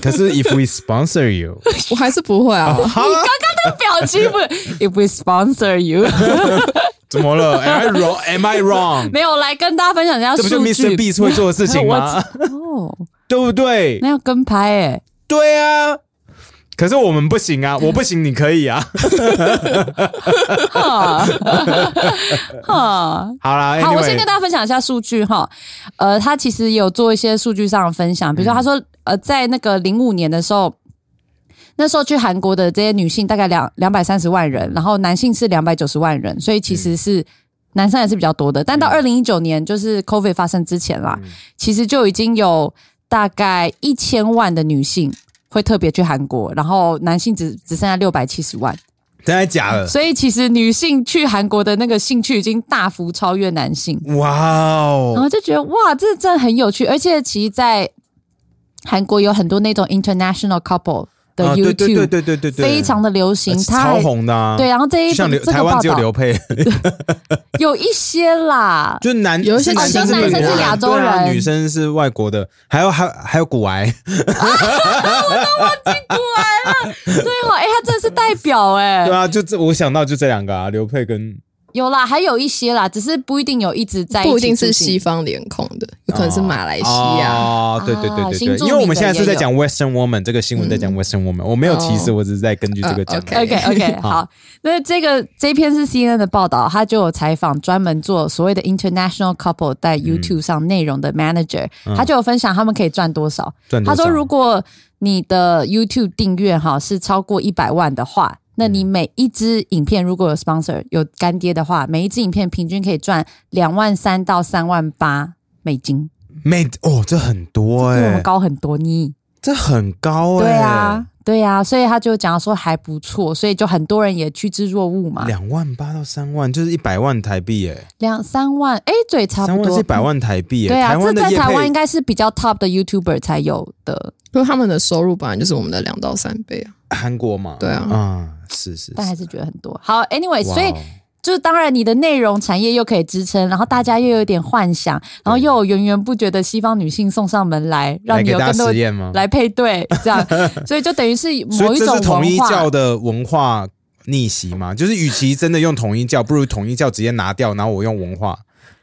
Speaker 2: 可是 if we sponsor you，
Speaker 4: 我还是不会啊。
Speaker 2: 哈，
Speaker 1: 那表情不，If we sponsor you，
Speaker 2: 怎么了？Am I wrong? Am I wrong？
Speaker 1: 没有来跟大家分享一下
Speaker 2: 这不就
Speaker 1: 数
Speaker 2: Mr.
Speaker 1: 据
Speaker 2: Beast 会做的事情吗？
Speaker 1: 哦，
Speaker 2: 对不对？
Speaker 1: 那要跟拍哎，
Speaker 2: 对啊，可是我们不行
Speaker 1: 嗯
Speaker 2: 啊，我不行，你可以 啊。
Speaker 1: 哈哈。
Speaker 2: 好啦，
Speaker 1: 好，我
Speaker 2: anyway
Speaker 1: 先跟大家分享一下数据哈。呃，他其实有做一些数据上的分享，比如说他说，呃，在那个零五年的时候，那时候去韩国的这些女性大概两两百三十万人，然后男性是两百九十万人，所以其实是。男生还是比较多的，但到二零一九年，就是 COVID 发生之前啦，其实就已经有大概一千万的女性会特别去韩国，然后男性只只剩下六百七十万，
Speaker 2: 真的假的？
Speaker 1: 所以其实女性去韩国的那个兴趣已经大幅超越男性。
Speaker 2: 哇
Speaker 1: 然
Speaker 2: 哦，
Speaker 1: 后就觉得哇，这真的很有趣，而且其实，在韩国有很多那种 international couple 的
Speaker 2: 啊
Speaker 1: YouTube，、
Speaker 2: 对对对对对对对，
Speaker 1: 非常的流
Speaker 2: 呃
Speaker 1: 行，它
Speaker 2: 超
Speaker 1: 还
Speaker 2: 红的啊，
Speaker 1: 对，，然后这一
Speaker 2: 就像
Speaker 1: 这
Speaker 2: 刘
Speaker 1: 个
Speaker 2: 台湾
Speaker 1: 报
Speaker 2: 只有
Speaker 1: 道
Speaker 2: 刘佩，
Speaker 1: 有一些啦，
Speaker 2: 就男
Speaker 4: 有一些
Speaker 2: 是男
Speaker 4: 男生
Speaker 2: 是美国
Speaker 4: 男生是
Speaker 1: 亚洲
Speaker 2: 对啊
Speaker 1: 人
Speaker 2: 女生是外国的，还有还有还有古癌，
Speaker 1: 对哦，哎、他真的是代表哎、
Speaker 2: 对啊，就这我想到就这两个啊，刘佩跟
Speaker 1: 有啦，还有一些啦，只是不一定有一直在起
Speaker 4: 不一定是
Speaker 1: 住进
Speaker 4: 西方脸孔的，有可能是马来西亚。
Speaker 2: 哦，对对
Speaker 1: 啊
Speaker 2: 对
Speaker 1: 新
Speaker 2: 对
Speaker 1: 住民
Speaker 2: 对，因为我们现在是在
Speaker 1: 的也有嗯
Speaker 2: 讲 Western woman 这个新闻，在讲 Western woman，我没有歧视，
Speaker 4: 哦
Speaker 2: 我只是在根据这个讲
Speaker 4: 啊。，OK
Speaker 1: OK OK，好，那这个这篇是 CNN 的报道，他就有采访专门做所谓的 international couple 在
Speaker 2: 嗯
Speaker 1: YouTube 上内容的 manager，、他就有分享他们可以赚多少。
Speaker 2: 赚多
Speaker 1: 他
Speaker 2: 少
Speaker 1: 说，如果你的 YouTube 订阅哈是超过一百万的话，那你每一支影片如果有 sponsor 有干爹的话，每一支影片平均可以赚两万三到三万八美金，
Speaker 2: 妹哦，这很多
Speaker 1: 比我们
Speaker 2: 哎，
Speaker 1: 高很多呢。
Speaker 2: 这很高哎，
Speaker 1: 对啊，对啊，所以他就讲说还不错，所以就很多人也趋之若鹜嘛。
Speaker 2: 两万八到三万，就是一百万台币耶，
Speaker 1: 两三万，哎，对，差
Speaker 2: 三
Speaker 1: 不
Speaker 2: 万
Speaker 1: 多。
Speaker 2: 是一百万台币耶。
Speaker 1: 对啊，
Speaker 2: 台
Speaker 1: 这
Speaker 2: 湾的
Speaker 1: 在
Speaker 2: 业
Speaker 1: 台湾应
Speaker 2: 配
Speaker 1: 该是比较 top 的 YouTuber 才有的，
Speaker 4: 因为他们的收入本来就是我们的两到三倍啊。
Speaker 2: 韩国嘛，
Speaker 4: 对啊
Speaker 2: 啊，是是，
Speaker 1: 但还
Speaker 2: 是
Speaker 1: 是觉得很多。好，Anyway，
Speaker 2: 哇哦
Speaker 1: 所以就是当然你的内容产业又可以支撑，然后大家又有点幻想，然后又有源源不绝的西方女性送上门来，让
Speaker 2: 来
Speaker 1: 你
Speaker 2: 给
Speaker 1: 有
Speaker 2: 大
Speaker 1: 更
Speaker 2: 家
Speaker 1: 多
Speaker 2: 实验吗？
Speaker 1: 来配对，这 样，所以就等于是某
Speaker 2: 所
Speaker 1: 一
Speaker 2: 以这
Speaker 1: 种
Speaker 2: 是统
Speaker 1: 文
Speaker 2: 一教
Speaker 1: 化。
Speaker 2: 的文化逆袭嘛？就是与其真的用统一教，不如统一教直接拿掉，然后我用文化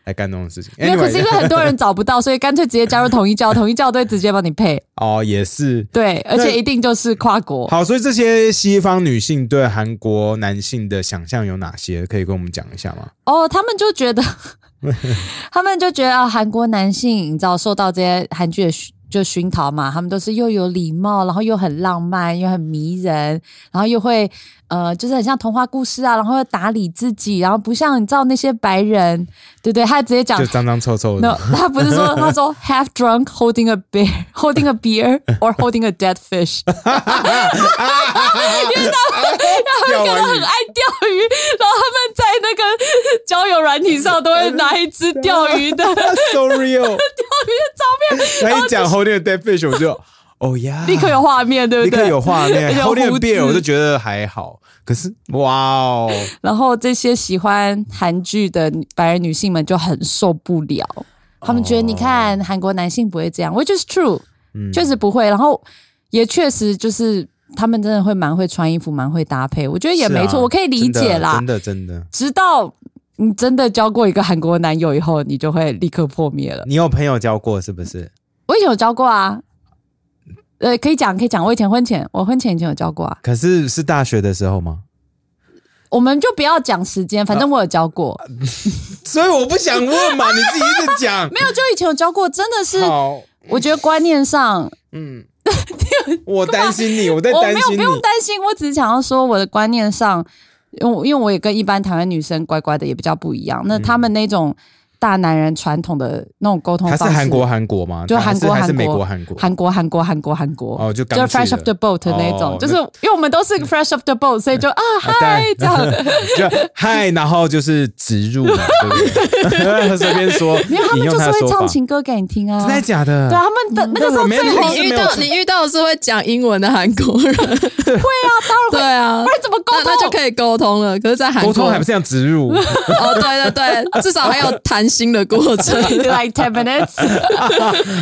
Speaker 2: 来干这种事情。
Speaker 1: 因哎为可是因为
Speaker 2: Anyway，
Speaker 1: 很多人找不到，所以干脆直接加入统一教，统一教队直接帮你配，
Speaker 2: 哦，也是。
Speaker 1: 对，而且一定就是跨国。
Speaker 2: 好，所以这些西方女性对韩国男性的想象有哪些？可以跟我们讲一下吗？
Speaker 1: 哦，他们就觉得，他们就觉得啊，韩国男性，你知道受到这些韩剧的熏就熏陶嘛，他们都是又有礼貌，然后又很浪漫，又很迷人，然后又会呃，就是很像童话故事啊，然后又打理自己，然后不像你知道那些白人，对不对？他直接讲
Speaker 2: 就脏脏臭臭
Speaker 1: No，
Speaker 2: 的，
Speaker 1: 他不是说他说 half drunk holding a beer holding a beer or holding a dead fish，他
Speaker 2: 钓完啊
Speaker 1: 很
Speaker 2: 鱼
Speaker 1: 爱钓鱼，然后他们在那个交友软体上都会拿一只钓鱼的
Speaker 2: ，so real，
Speaker 1: 照片，
Speaker 2: 他一讲 holding a dead fish，我就哦呀，
Speaker 1: 立刻有画面，对
Speaker 2: 立
Speaker 1: 不
Speaker 2: 刻
Speaker 1: 对？
Speaker 2: 有画面
Speaker 1: 而 且有
Speaker 2: ，holding a
Speaker 1: 胡子
Speaker 2: beer，我就觉得还好。可是哇哦，
Speaker 1: 然后这些喜欢韩剧的女白人女性们就很受不了，他们觉得你看韩国男性不会这样，which is true，确
Speaker 2: 嗯
Speaker 1: 实不会。然后也确实就是他们真的会蛮会穿衣服，蛮会搭配，我觉得也
Speaker 2: 是
Speaker 1: 没
Speaker 2: 啊
Speaker 1: 错，我可以理
Speaker 2: 真的
Speaker 1: 解啦
Speaker 2: 真。的真的。
Speaker 1: 直到你真的交过一个韩国男友以后，你就会立刻破灭了。
Speaker 2: 你有朋友教过是不是？
Speaker 1: 我以前有交过啊，呃，可以讲，可以讲。我以前婚前，我婚前以前有教过啊。
Speaker 2: 可是是大学的时候吗？
Speaker 1: 我们就不要讲时间，反正我有教过，
Speaker 2: 所以我不想问嘛，你自己一直讲。
Speaker 1: 没有就以前有教过，真的是，
Speaker 2: 好，
Speaker 1: 我觉得观念上，
Speaker 2: 嗯，我担心你，我在
Speaker 1: 我
Speaker 2: 担
Speaker 1: 没有
Speaker 2: 心
Speaker 1: 不
Speaker 2: 你。
Speaker 1: 用担心，我只是想要说我的观念上，因为因为我也跟一般台湾女生乖乖的也比较不一样，
Speaker 2: 嗯
Speaker 1: 那他们那种大男人传统的那种沟通
Speaker 2: 他
Speaker 1: 方
Speaker 2: 是
Speaker 1: 式，
Speaker 2: 韩国韩国吗？
Speaker 1: 就
Speaker 2: 还
Speaker 1: 韩
Speaker 2: 是
Speaker 1: 国
Speaker 2: 还是
Speaker 1: 韩
Speaker 2: 美
Speaker 1: 国
Speaker 2: 国韩国？
Speaker 1: 韩国韩国韩国韩国
Speaker 2: 哦就
Speaker 1: 就
Speaker 2: 刚去
Speaker 1: fresh off
Speaker 2: 的
Speaker 1: the boat 那一种，
Speaker 2: 哦
Speaker 1: 就是因为我们都是 fresh off the boat，所以就啊
Speaker 2: 当
Speaker 1: 嗨
Speaker 2: 然
Speaker 1: 这样，
Speaker 2: 就嗨，然后就是植入 嘛，对不对？随便说，
Speaker 1: 没有他
Speaker 2: 引
Speaker 1: 们
Speaker 2: 用
Speaker 1: 就是
Speaker 2: 他的
Speaker 1: 会
Speaker 2: 说
Speaker 1: 唱
Speaker 2: 法。
Speaker 1: 情歌给你听啊，
Speaker 2: 真的假的？
Speaker 1: 对啊，他们的那个时候最
Speaker 2: 那
Speaker 1: 红
Speaker 2: 我
Speaker 1: 的
Speaker 2: 没
Speaker 4: 你遇
Speaker 2: 没有
Speaker 4: 到 你遇到的是会讲英文的韩国人， 对啊，
Speaker 1: 不然怎么沟
Speaker 4: 那
Speaker 1: 通？
Speaker 4: 那就可以沟通了。可是，在韩
Speaker 2: 沟
Speaker 4: 国
Speaker 2: 通还不是这样植入？
Speaker 4: 哦，对对对，至少还有谈心的过 程。
Speaker 1: like ten minutes，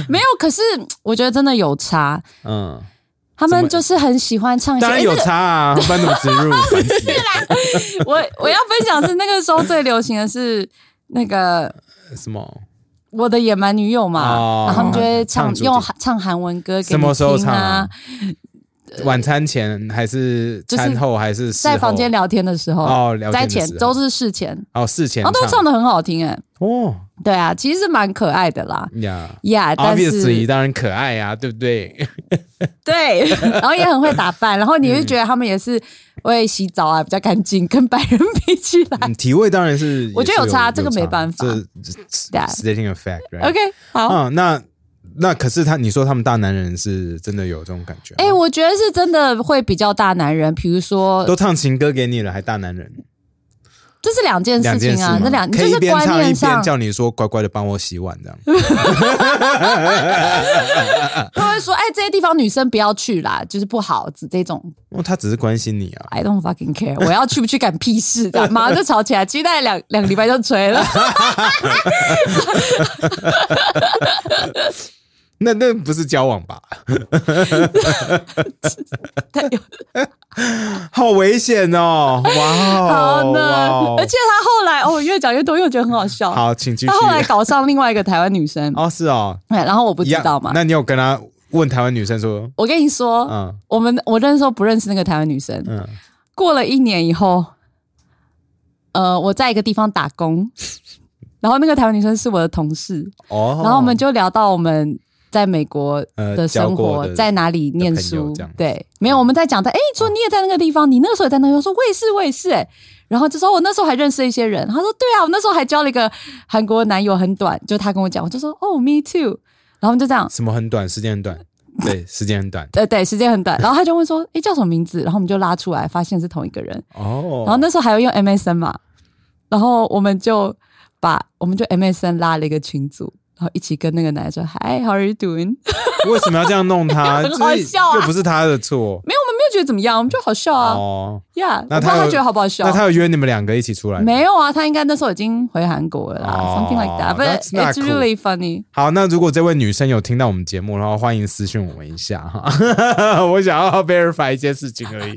Speaker 1: 没有。可是我觉得真的有差，
Speaker 2: 嗯，
Speaker 1: 他们就是很喜欢唱一些。
Speaker 2: 当然
Speaker 1: 诶
Speaker 2: 有
Speaker 1: 那个
Speaker 2: 差啊，不然怎么植入？烦死了
Speaker 1: 我我要分享是那个时候最流行的是那个
Speaker 2: 什么？
Speaker 1: 我的野蛮女友嘛，
Speaker 2: 哦
Speaker 1: 然后他们就会唱
Speaker 2: 唱主题
Speaker 1: 用韩唱韩文歌给你听
Speaker 2: 什
Speaker 1: 啊，
Speaker 2: 么时候唱啊？晚餐前还是餐后还是事后
Speaker 1: 在房间聊天的时候，
Speaker 2: 哦聊天
Speaker 1: 在
Speaker 2: 的
Speaker 1: 前
Speaker 2: 时候
Speaker 1: 都是事前，
Speaker 2: 哦事前
Speaker 1: 然后都唱
Speaker 2: 的
Speaker 1: 的很好听哎，
Speaker 2: 哦
Speaker 1: 对啊，其实是蛮可爱的啦。
Speaker 2: 呀。
Speaker 1: Yeah，但是
Speaker 2: Obviously，当然可爱呀、啊，对不 对？
Speaker 1: 对， 然后也很会打扮，然后你会觉得他们也是会洗澡啊，比较干净，跟白人比起来，
Speaker 2: 嗯体味当然是，
Speaker 1: 我觉得有
Speaker 2: 也是
Speaker 1: 差
Speaker 2: 有
Speaker 1: 这个没办法
Speaker 2: 这
Speaker 1: 对啊
Speaker 2: stating a fact。
Speaker 1: OK，好。
Speaker 2: 啊，那那可是他，你说他们大男人是真的有这种感觉吗？
Speaker 1: 哎、我觉得是真的会比较大男人，比如说，
Speaker 2: 都唱情歌给你了，还大男人，
Speaker 1: 这是两件
Speaker 2: 两
Speaker 1: 事
Speaker 2: 件
Speaker 1: 情
Speaker 2: 事
Speaker 1: 啊
Speaker 2: 吗，
Speaker 1: 这两
Speaker 2: 可
Speaker 1: 就
Speaker 2: 以一
Speaker 1: 是
Speaker 2: 边
Speaker 1: 观
Speaker 2: 唱一
Speaker 1: 念上
Speaker 2: 边，叫你说乖乖的帮我洗碗这样。
Speaker 1: 他会说，哎、这些地方女生不要去啦，就是不好，指这种
Speaker 2: 哦，他只是关心你啊。
Speaker 1: I don't fucking care，我要去不去干屁事，这样马上就吵起来，其实大概两两个礼拜就锤了。
Speaker 2: 那那不是交往吧？好危险哦！哇
Speaker 1: 好
Speaker 2: 哦，哇
Speaker 1: 呢，
Speaker 2: 哦
Speaker 1: 而且他后来哦，越讲越多，又觉得很好笑。
Speaker 2: 好，请继续
Speaker 1: 他。后来搞上另外一个台湾女生，
Speaker 2: 哦，是哦，
Speaker 1: 哎、然后我不
Speaker 2: 一
Speaker 1: 知
Speaker 2: 样
Speaker 1: 道嘛。
Speaker 2: 那你有跟他问台湾女生说，
Speaker 1: 我跟你说，
Speaker 2: 嗯
Speaker 1: 我们我那时候不认识那个台湾女生，
Speaker 2: 嗯，
Speaker 1: 过了一年以后，呃，我在一个地方打工，然后那个台湾女生是我的同事，
Speaker 2: 哦，
Speaker 1: 然后我们就聊到我们在美国的生
Speaker 2: 呃交
Speaker 1: 活，
Speaker 2: 过的
Speaker 1: 在哪里念
Speaker 2: 的朋
Speaker 1: 书
Speaker 2: 友这样，嗯
Speaker 1: 对，没有，我们在讲在，哎，说你也在那个地方，你那个时候也在那个地方，我说我也是，我也是，哎，然后就说我那时候还认识一些人，他说对啊，我那时候还交了一个韩国男友，很短，就他跟我讲，我就说哦，me too，然后我们就这样。
Speaker 2: 什么很短，时间很 短，对，时间很短，
Speaker 1: 呃，对，时间很短，然后他就问说：“哎，叫什么名字？”然后我们就拉出来，发现是同一个人。
Speaker 2: 哦，
Speaker 1: 然后那时候还要用 MSN 嘛，然后我们就把我们就 MSN 拉了一个群组，然后一起跟那个男的说：“Hi，how are you doing？”
Speaker 2: 为什么要这样 弄他？
Speaker 1: 很好
Speaker 2: 就是
Speaker 1: 笑啊
Speaker 2: 又不是他的错。
Speaker 1: 没有，我们没有觉得怎么样，我们就好笑啊
Speaker 2: 哦，
Speaker 1: 呀。Yeah，
Speaker 2: 那
Speaker 1: 我不知道
Speaker 2: 他
Speaker 1: 他
Speaker 2: 有
Speaker 1: 觉得好不好笑
Speaker 2: 那。他有约你们两个一起出来？
Speaker 1: 没。有啊，他应该那时候已经回韩国了啦、
Speaker 2: 哦
Speaker 1: s o m e t h i n g like that. But
Speaker 2: that's not
Speaker 1: it's really funny.
Speaker 2: 好，那如果这位女生有听到我们节目，然后欢迎私信我们一下 哈。我想要 verify 一些事情而 已。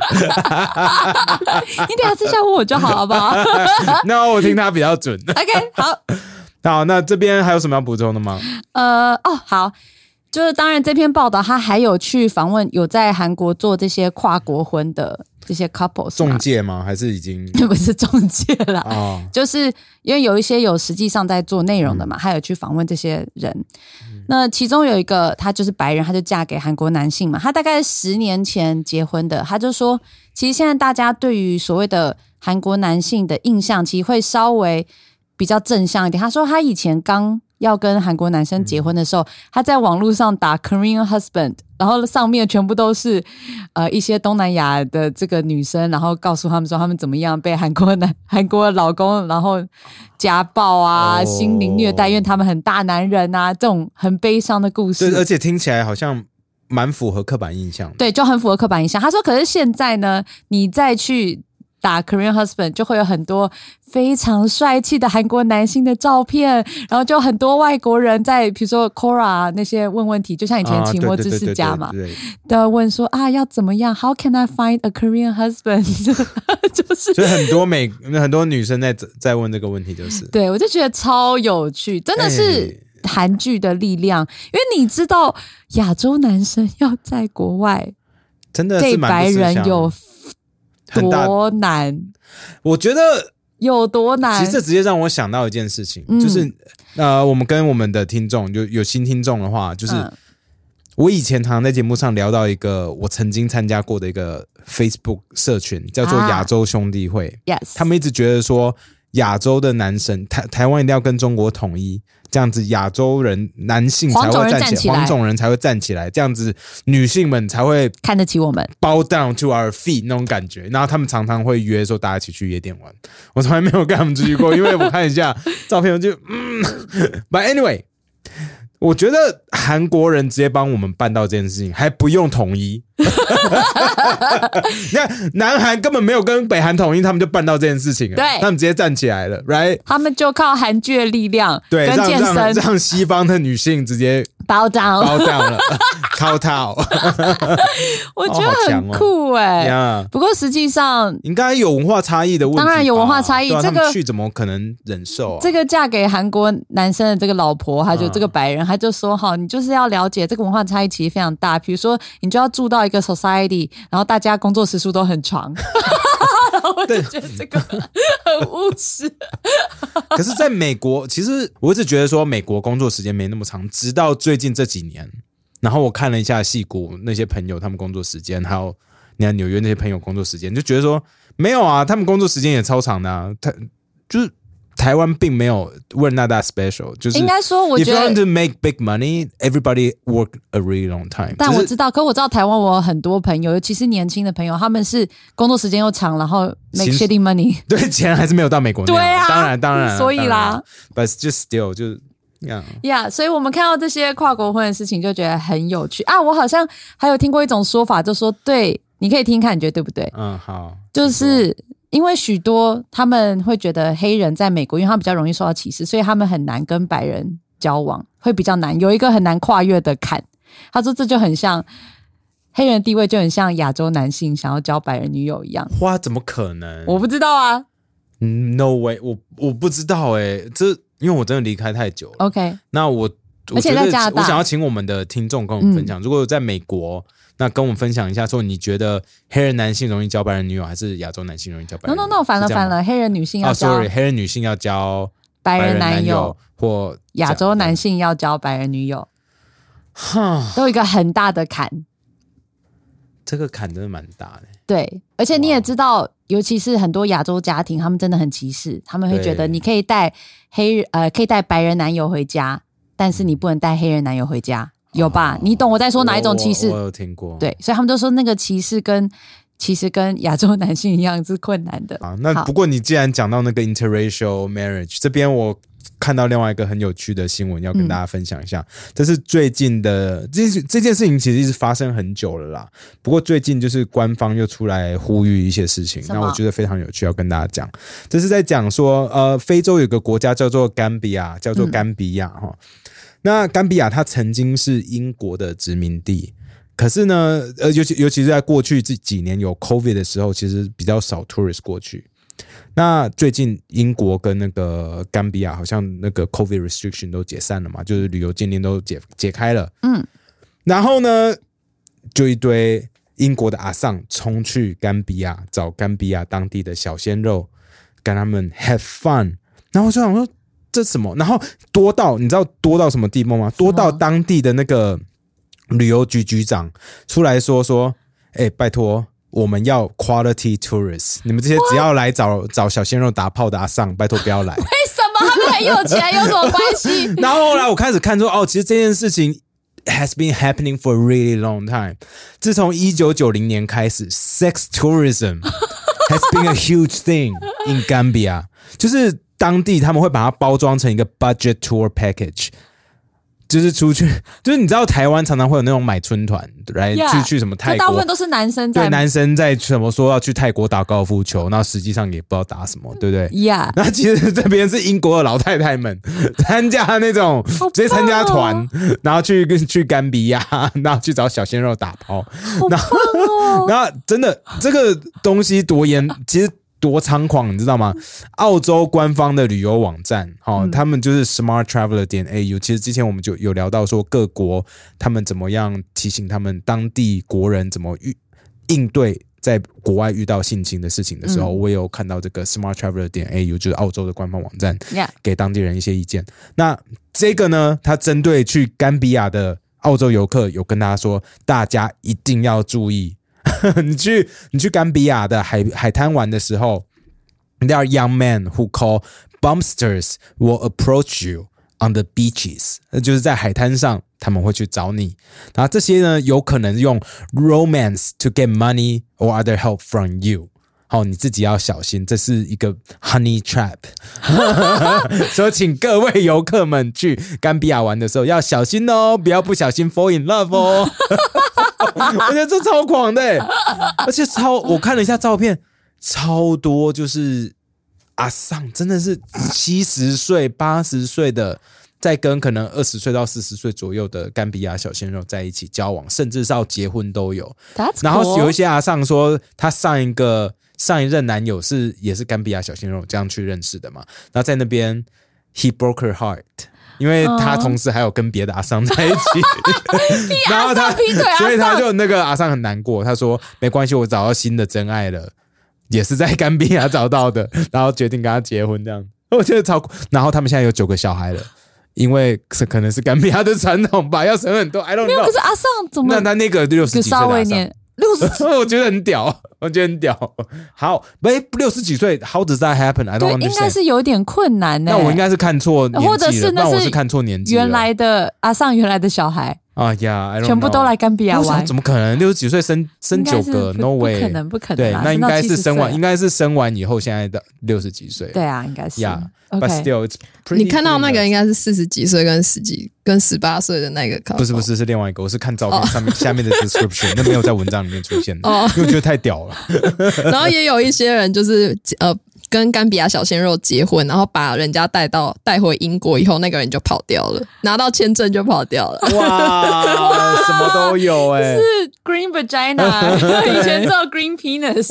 Speaker 1: 你等一下私下问我就好，好不好
Speaker 2: 那我听她比较准。
Speaker 1: ？OK，好，
Speaker 2: 好，那这边还有什么要补充的吗？
Speaker 1: 呃，哦，好。就是当然，这篇报道他还有去访问有在韩国做这些跨国婚的这些 couple，
Speaker 2: 中介吗？还是 已经
Speaker 1: 不是中介啦，
Speaker 2: 哦
Speaker 1: 就是因为有一些有实际上在做内容的嘛，
Speaker 2: 嗯
Speaker 1: 还有去访问这些人。那其中有一个，她就是白人，她就嫁给韩国男性嘛。她大概十年前结婚的，她就说，其实现在大家对于所谓的韩国男性的印象，其实会稍微比较正向一点。她说，她以前刚要跟韩国男生结婚的时候，她在网络上打 Korean husband，然后上面全部都是呃一些东南亚的这个女生，然后告诉他们说他们怎么样被韩国男韩国老公然后家暴啊、
Speaker 2: 哦
Speaker 1: 心灵虐待，因为他们很大男人啊，这种很悲伤的故
Speaker 2: 对，而
Speaker 1: 事。
Speaker 2: 且听起来好像蛮符合刻板印象的。
Speaker 1: 对，就很符合刻板印象。他说，可是现在呢，你再去打 Korean husband，就会有很多非常帅气的韩国男星的照片，然后就很多外国人在，比如说 Cora 啊那些问问题，就像以前
Speaker 2: 啊
Speaker 1: 期
Speaker 2: 对
Speaker 1: 末
Speaker 2: 对
Speaker 1: 知
Speaker 2: 对
Speaker 1: 识
Speaker 2: 对
Speaker 1: 家
Speaker 2: 对
Speaker 1: 嘛，
Speaker 2: 对，
Speaker 1: 都要问说啊要怎么样？How can I find a Korean husband？就是
Speaker 2: 所以很多美很多女生在在问这个问题，就是
Speaker 1: 对我就觉得超有趣，真的是。
Speaker 2: 哎
Speaker 1: 韩剧的力量，因为你知道亚洲男生要在国外
Speaker 2: 真的
Speaker 1: 对
Speaker 2: 是蛮
Speaker 1: 白
Speaker 2: 不识
Speaker 1: 人
Speaker 2: 相
Speaker 1: 有
Speaker 2: 很大。
Speaker 1: 多难，
Speaker 2: 我觉得
Speaker 1: 有多难
Speaker 2: 其实。这直接让我想到一件事情，
Speaker 1: 嗯
Speaker 2: 就是呃，我们跟我们的听众，就有新听众的话，就是、
Speaker 1: 嗯
Speaker 2: 我以前常常在节目上聊到一个我曾经参加过的一个 Facebook 社群，叫做
Speaker 1: 啊
Speaker 2: 亚洲兄弟会。
Speaker 1: yes，
Speaker 2: 他们一直觉得说亚洲的男生，台台湾一定要跟中国统一，这样子亚洲人男性才
Speaker 1: 黄种
Speaker 2: 会
Speaker 1: 人
Speaker 2: 站
Speaker 1: 站起
Speaker 2: 起
Speaker 1: 来
Speaker 2: 来，黄种人才会站起来，这样子女性们才会
Speaker 1: 看得起我们，
Speaker 2: bow down to our feet 那种感觉。然后他们常常会约说大家一起去夜店玩，我从来没有跟他们出去 过，因为我看一下照片，我就嗯，but anyway。我觉得韩国人直接帮我们办到这件事情，还不用 统一。你看，南韩根本没有跟北韩统一，他们就办到这件事情了。
Speaker 1: 对
Speaker 2: 他们直接站起来了，right？
Speaker 1: 他们就靠韩剧的力量
Speaker 2: 对，
Speaker 1: 跟
Speaker 2: 让
Speaker 1: 健
Speaker 2: 让
Speaker 1: 身
Speaker 2: 让哦西方的女性直接
Speaker 1: 包长，
Speaker 2: 包 down 了， 靠套
Speaker 1: 我觉
Speaker 2: 哦好
Speaker 1: 得
Speaker 2: 强
Speaker 1: 很
Speaker 2: 哦
Speaker 1: 酷哎、
Speaker 2: 呀。
Speaker 1: 不过实际上，
Speaker 2: 应该有文化差异的问题吧，
Speaker 1: 当然有文化差异
Speaker 2: 对啊
Speaker 1: 这个
Speaker 2: 他们去怎么可能忍受啊？
Speaker 1: 这个嫁给韩国男生的这个老婆，她就
Speaker 2: 嗯
Speaker 1: 这个白人，她就说哈，你就是要了解这个文化差异其实非常大。比如说，你就要住到一个 society，然后大家工作时数都很长。 然后我就觉得这个很务实，
Speaker 2: 可是在美国，其实我一直觉得说美国工作时间没那么长，直到最近这几年，然后我看了一下戏骨那些朋友他们工作时间，还有你看纽约那些朋友工作时间，就觉得说没有啊，他们工作时间也超长的、啊，他就是台湾并没有 we're not that special，就是
Speaker 1: 应该说，我
Speaker 2: if
Speaker 1: 觉
Speaker 2: you want
Speaker 1: 得。
Speaker 2: to make big money, everybody work a really long time，
Speaker 1: 但
Speaker 2: 只
Speaker 1: 我
Speaker 2: 是
Speaker 1: 知道，可我知道台湾，我有很多朋友，尤其是年轻的朋友，他们是工作时间又长，然后 make
Speaker 2: 薪
Speaker 1: shitty money。
Speaker 2: 对钱还是没有到美国那样
Speaker 1: 对啊
Speaker 2: 当然当然啊，
Speaker 1: 所以啦
Speaker 2: 当然啊，but just still 就是。Yeah.
Speaker 1: Yeah，所以我们看到这些跨国婚的事情，就觉得很有趣啊！我好像还有听过一种说法，就说对，你可以听听看，你觉得对不对？
Speaker 2: 嗯，好，
Speaker 1: 就是因为许多他们会觉得黑人在美国，因为他们比较容易受到歧视，所以他们很难跟白人交往，会比较难，有一个很难跨越的坎。他说这就很像黑人地位，就很像亚洲男性想要交白人女友一样。
Speaker 2: 花怎么可能？
Speaker 1: 我不知道啊。
Speaker 2: 嗯 No way，我我不知道哎、这因为我真的离开太久了。
Speaker 1: OK，
Speaker 2: 那我我
Speaker 1: 哦而且
Speaker 2: 觉得
Speaker 1: 在加拿大嗯
Speaker 2: 我想要请我们的听众跟我们分享，如果有在美国，那跟我们分享一下，说你觉得黑人男性容易交白人女友，还是亚洲男性容易交白
Speaker 1: no
Speaker 2: 人女
Speaker 1: no
Speaker 2: 友
Speaker 1: no，反了
Speaker 2: 是这样
Speaker 1: 反
Speaker 2: 吗
Speaker 1: 了，黑人女性
Speaker 2: 啊
Speaker 1: 要交
Speaker 2: ，sorry，黑人女性要交
Speaker 1: 白人
Speaker 2: 男
Speaker 1: 男友，
Speaker 2: 或
Speaker 1: 亚洲
Speaker 2: 嗯
Speaker 1: 男性要交白人女友，
Speaker 2: 哈，
Speaker 1: 都有一个很大的坎。
Speaker 2: 这个坎真的蛮大的。
Speaker 1: 对，而且你也知道，尤其是很多亚洲家庭，他们真的很歧视，他们会觉得
Speaker 2: 对
Speaker 1: 你可以带黑呃，可以带白人男友回家，但是你不能带黑人男友回家，有吧？
Speaker 2: 嗯哦
Speaker 1: 你懂我在说哪一种歧
Speaker 2: 我我
Speaker 1: 视？
Speaker 2: 有听过。
Speaker 1: 对，所以他们都说那个歧视跟其实跟亚洲男性一样是困难的。
Speaker 2: 啊，那
Speaker 1: 好
Speaker 2: 不过你既然讲到那个 interracial marriage，这边我看到另外一个很有趣的新闻要跟
Speaker 1: 嗯
Speaker 2: 大家分享一下，这是最近的这这件事情其实是发生很久了啦，不过最近就是官方又出来呼吁一些事情，
Speaker 1: 什么
Speaker 2: 那我觉得非常有趣，要跟大家讲，这是在讲说呃，非洲有个国家叫做甘比亚，叫做
Speaker 1: 嗯
Speaker 2: 甘比亚哈、那甘比亚它曾经是英国的殖民地，可是呢，呃，尤其尤其是在过去这几年有 COVID 的时候，其实比较少 tourist 过去。那最近英国跟那个甘比亚好像那个 COVID restriction 都解散了嘛，就是旅游禁令都解解开了。
Speaker 1: 嗯，
Speaker 2: 然后呢，就一堆英国的阿丧冲去甘比亚找甘比亚当地的小鲜肉，跟他们 have fun。然后我就想说这什么？然后多到你知道多到什么地步吗？多到当地的那个旅游局局长出来说说，哎、拜托。我们要 quality tourists，你们这些只要来找找小鲜肉打炮的阿丧，拜托不 要来。
Speaker 1: 为什么他们很有钱有什么关 系？
Speaker 2: 然后后来我开始看说，哦，其实这件事情 has been happening for a really long time。自从一九九零年开始，sex tourism has been a huge thing in Gambia，就是当地他们会把它包装成一个 budget tour package。就是出去，就是你知道台湾常常会有那种买春团来
Speaker 1: Yeah，
Speaker 2: 去去什么
Speaker 1: 这
Speaker 2: 泰国，啊
Speaker 1: 大部分都是男生在
Speaker 2: 对男生在什么说要去泰国打高尔夫球，那实际上也不知道打什么，对不对？
Speaker 1: ，Yeah，
Speaker 2: 那其实这边是英国的老太太们 参加那种
Speaker 1: 好
Speaker 2: 直接参加
Speaker 1: 棒哦
Speaker 2: 团，然后去去甘比亚， 然后去找小鲜肉打包，
Speaker 1: 好棒哦！
Speaker 2: 然后真的这个东西多严，其实多猖狂，你知道吗？澳洲官方的旅游网站，哦，
Speaker 1: 嗯
Speaker 2: 他们就是 Smart Traveler 点 AU。其实之前我们就有聊到说，各国他们怎么样提醒他们当地国人怎么遇应对在国外遇到性侵的事情的
Speaker 1: 嗯
Speaker 2: 时候，我也有看到这个 Smart Traveler 点 AU，就是澳洲的官方网站，
Speaker 1: Yeah，
Speaker 2: 给当地人一些意见。那这个呢，他针对去甘比亚的澳洲游客，有跟大家说，大家一定要注意， 你去你去甘比亚的海海滩玩的时候，there are young men who call bumpsters will approach you on the beaches，那就是在海滩上他们会去找你。然后这些呢，有可能用 romance to get money or other help from you。好，你自己要小心，这是一个 honey trap。所以 请各位游客们去甘比亚玩的时候要小心哦，不要不小心 fall in love 哦。 我觉得这超狂的欸、而且超我看了一下照片，超多就是阿桑真的是七十岁、八十岁的，在跟可能二十岁到四十岁左右的甘比亚小鲜肉在一起交往，甚至是到结婚都有。
Speaker 1: That's
Speaker 2: 然后有一
Speaker 1: cool
Speaker 2: 些阿尚说，他上一个上一任男友是也是甘比亚小鲜肉这样去认识的嘛，然后在那边 he broke her heart。因为他同时还有跟别的阿桑在一 起，然后
Speaker 1: 哦
Speaker 2: 他
Speaker 1: 阿桑劈腿阿，桑
Speaker 2: 所以他就那个阿桑很难过。他说：“没关系，我找到新的真爱了，也是在甘比亚找到的， 然后决定跟他结婚。”这样，我觉得超酷。然后他们现在有九个小孩了，因为是可能是甘比亚的传统吧，要生很多。I don't
Speaker 1: 没有，可
Speaker 2: know
Speaker 1: 是。阿尚怎么
Speaker 2: 那他那个六十
Speaker 1: 有
Speaker 2: 几岁的
Speaker 1: 稍
Speaker 2: 阿
Speaker 1: 微
Speaker 2: 桑，
Speaker 1: 年六 十
Speaker 2: 我觉得很屌，我觉得很屌。好，喂，六十几岁，How does that happen? I
Speaker 1: 对
Speaker 2: don't，
Speaker 1: 应该
Speaker 2: understand。
Speaker 1: 是有点困难欸呢、
Speaker 2: 那我应该是看错年纪了，
Speaker 1: 或者是那
Speaker 2: 那
Speaker 1: 是
Speaker 2: 我是看错年纪了。
Speaker 1: 原来的阿尚原来的小孩
Speaker 2: 啊呀，I don't know，
Speaker 1: 全部都来甘比亚
Speaker 2: 我想
Speaker 1: 玩，
Speaker 2: 啊怎么可能六十几岁生生
Speaker 1: 应该
Speaker 2: 九
Speaker 1: 是
Speaker 2: 个
Speaker 1: 不
Speaker 2: ？No
Speaker 1: 不
Speaker 2: way，
Speaker 1: 可能不可能
Speaker 2: 对，
Speaker 1: 啦
Speaker 2: 那应该是
Speaker 1: 生到70
Speaker 2: 生完，
Speaker 1: 岁
Speaker 2: 应该是生完以后，现在的六十几岁。
Speaker 1: 对啊，应该是
Speaker 2: 呀
Speaker 1: OK
Speaker 2: ，But still，it's pretty-
Speaker 4: 你看到那个
Speaker 2: pretty
Speaker 4: 应该是四十几岁跟十几跟十八岁的那个 couple，
Speaker 2: 不是不是是另外一个，我是看
Speaker 1: 哦
Speaker 2: 照片上面下面的 description，那没有在文章里面出现的
Speaker 4: 哦，
Speaker 2: 因为我觉得太 屌了。
Speaker 4: 然后也有一些人就是呃跟甘比亚小鲜肉结婚，然后把人家带到带回英国以后，那个人就跑掉了，拿到签证就跑掉了。
Speaker 2: 哇，什么都有哎，
Speaker 1: 是 Green Vagina，以前叫 Green Penis，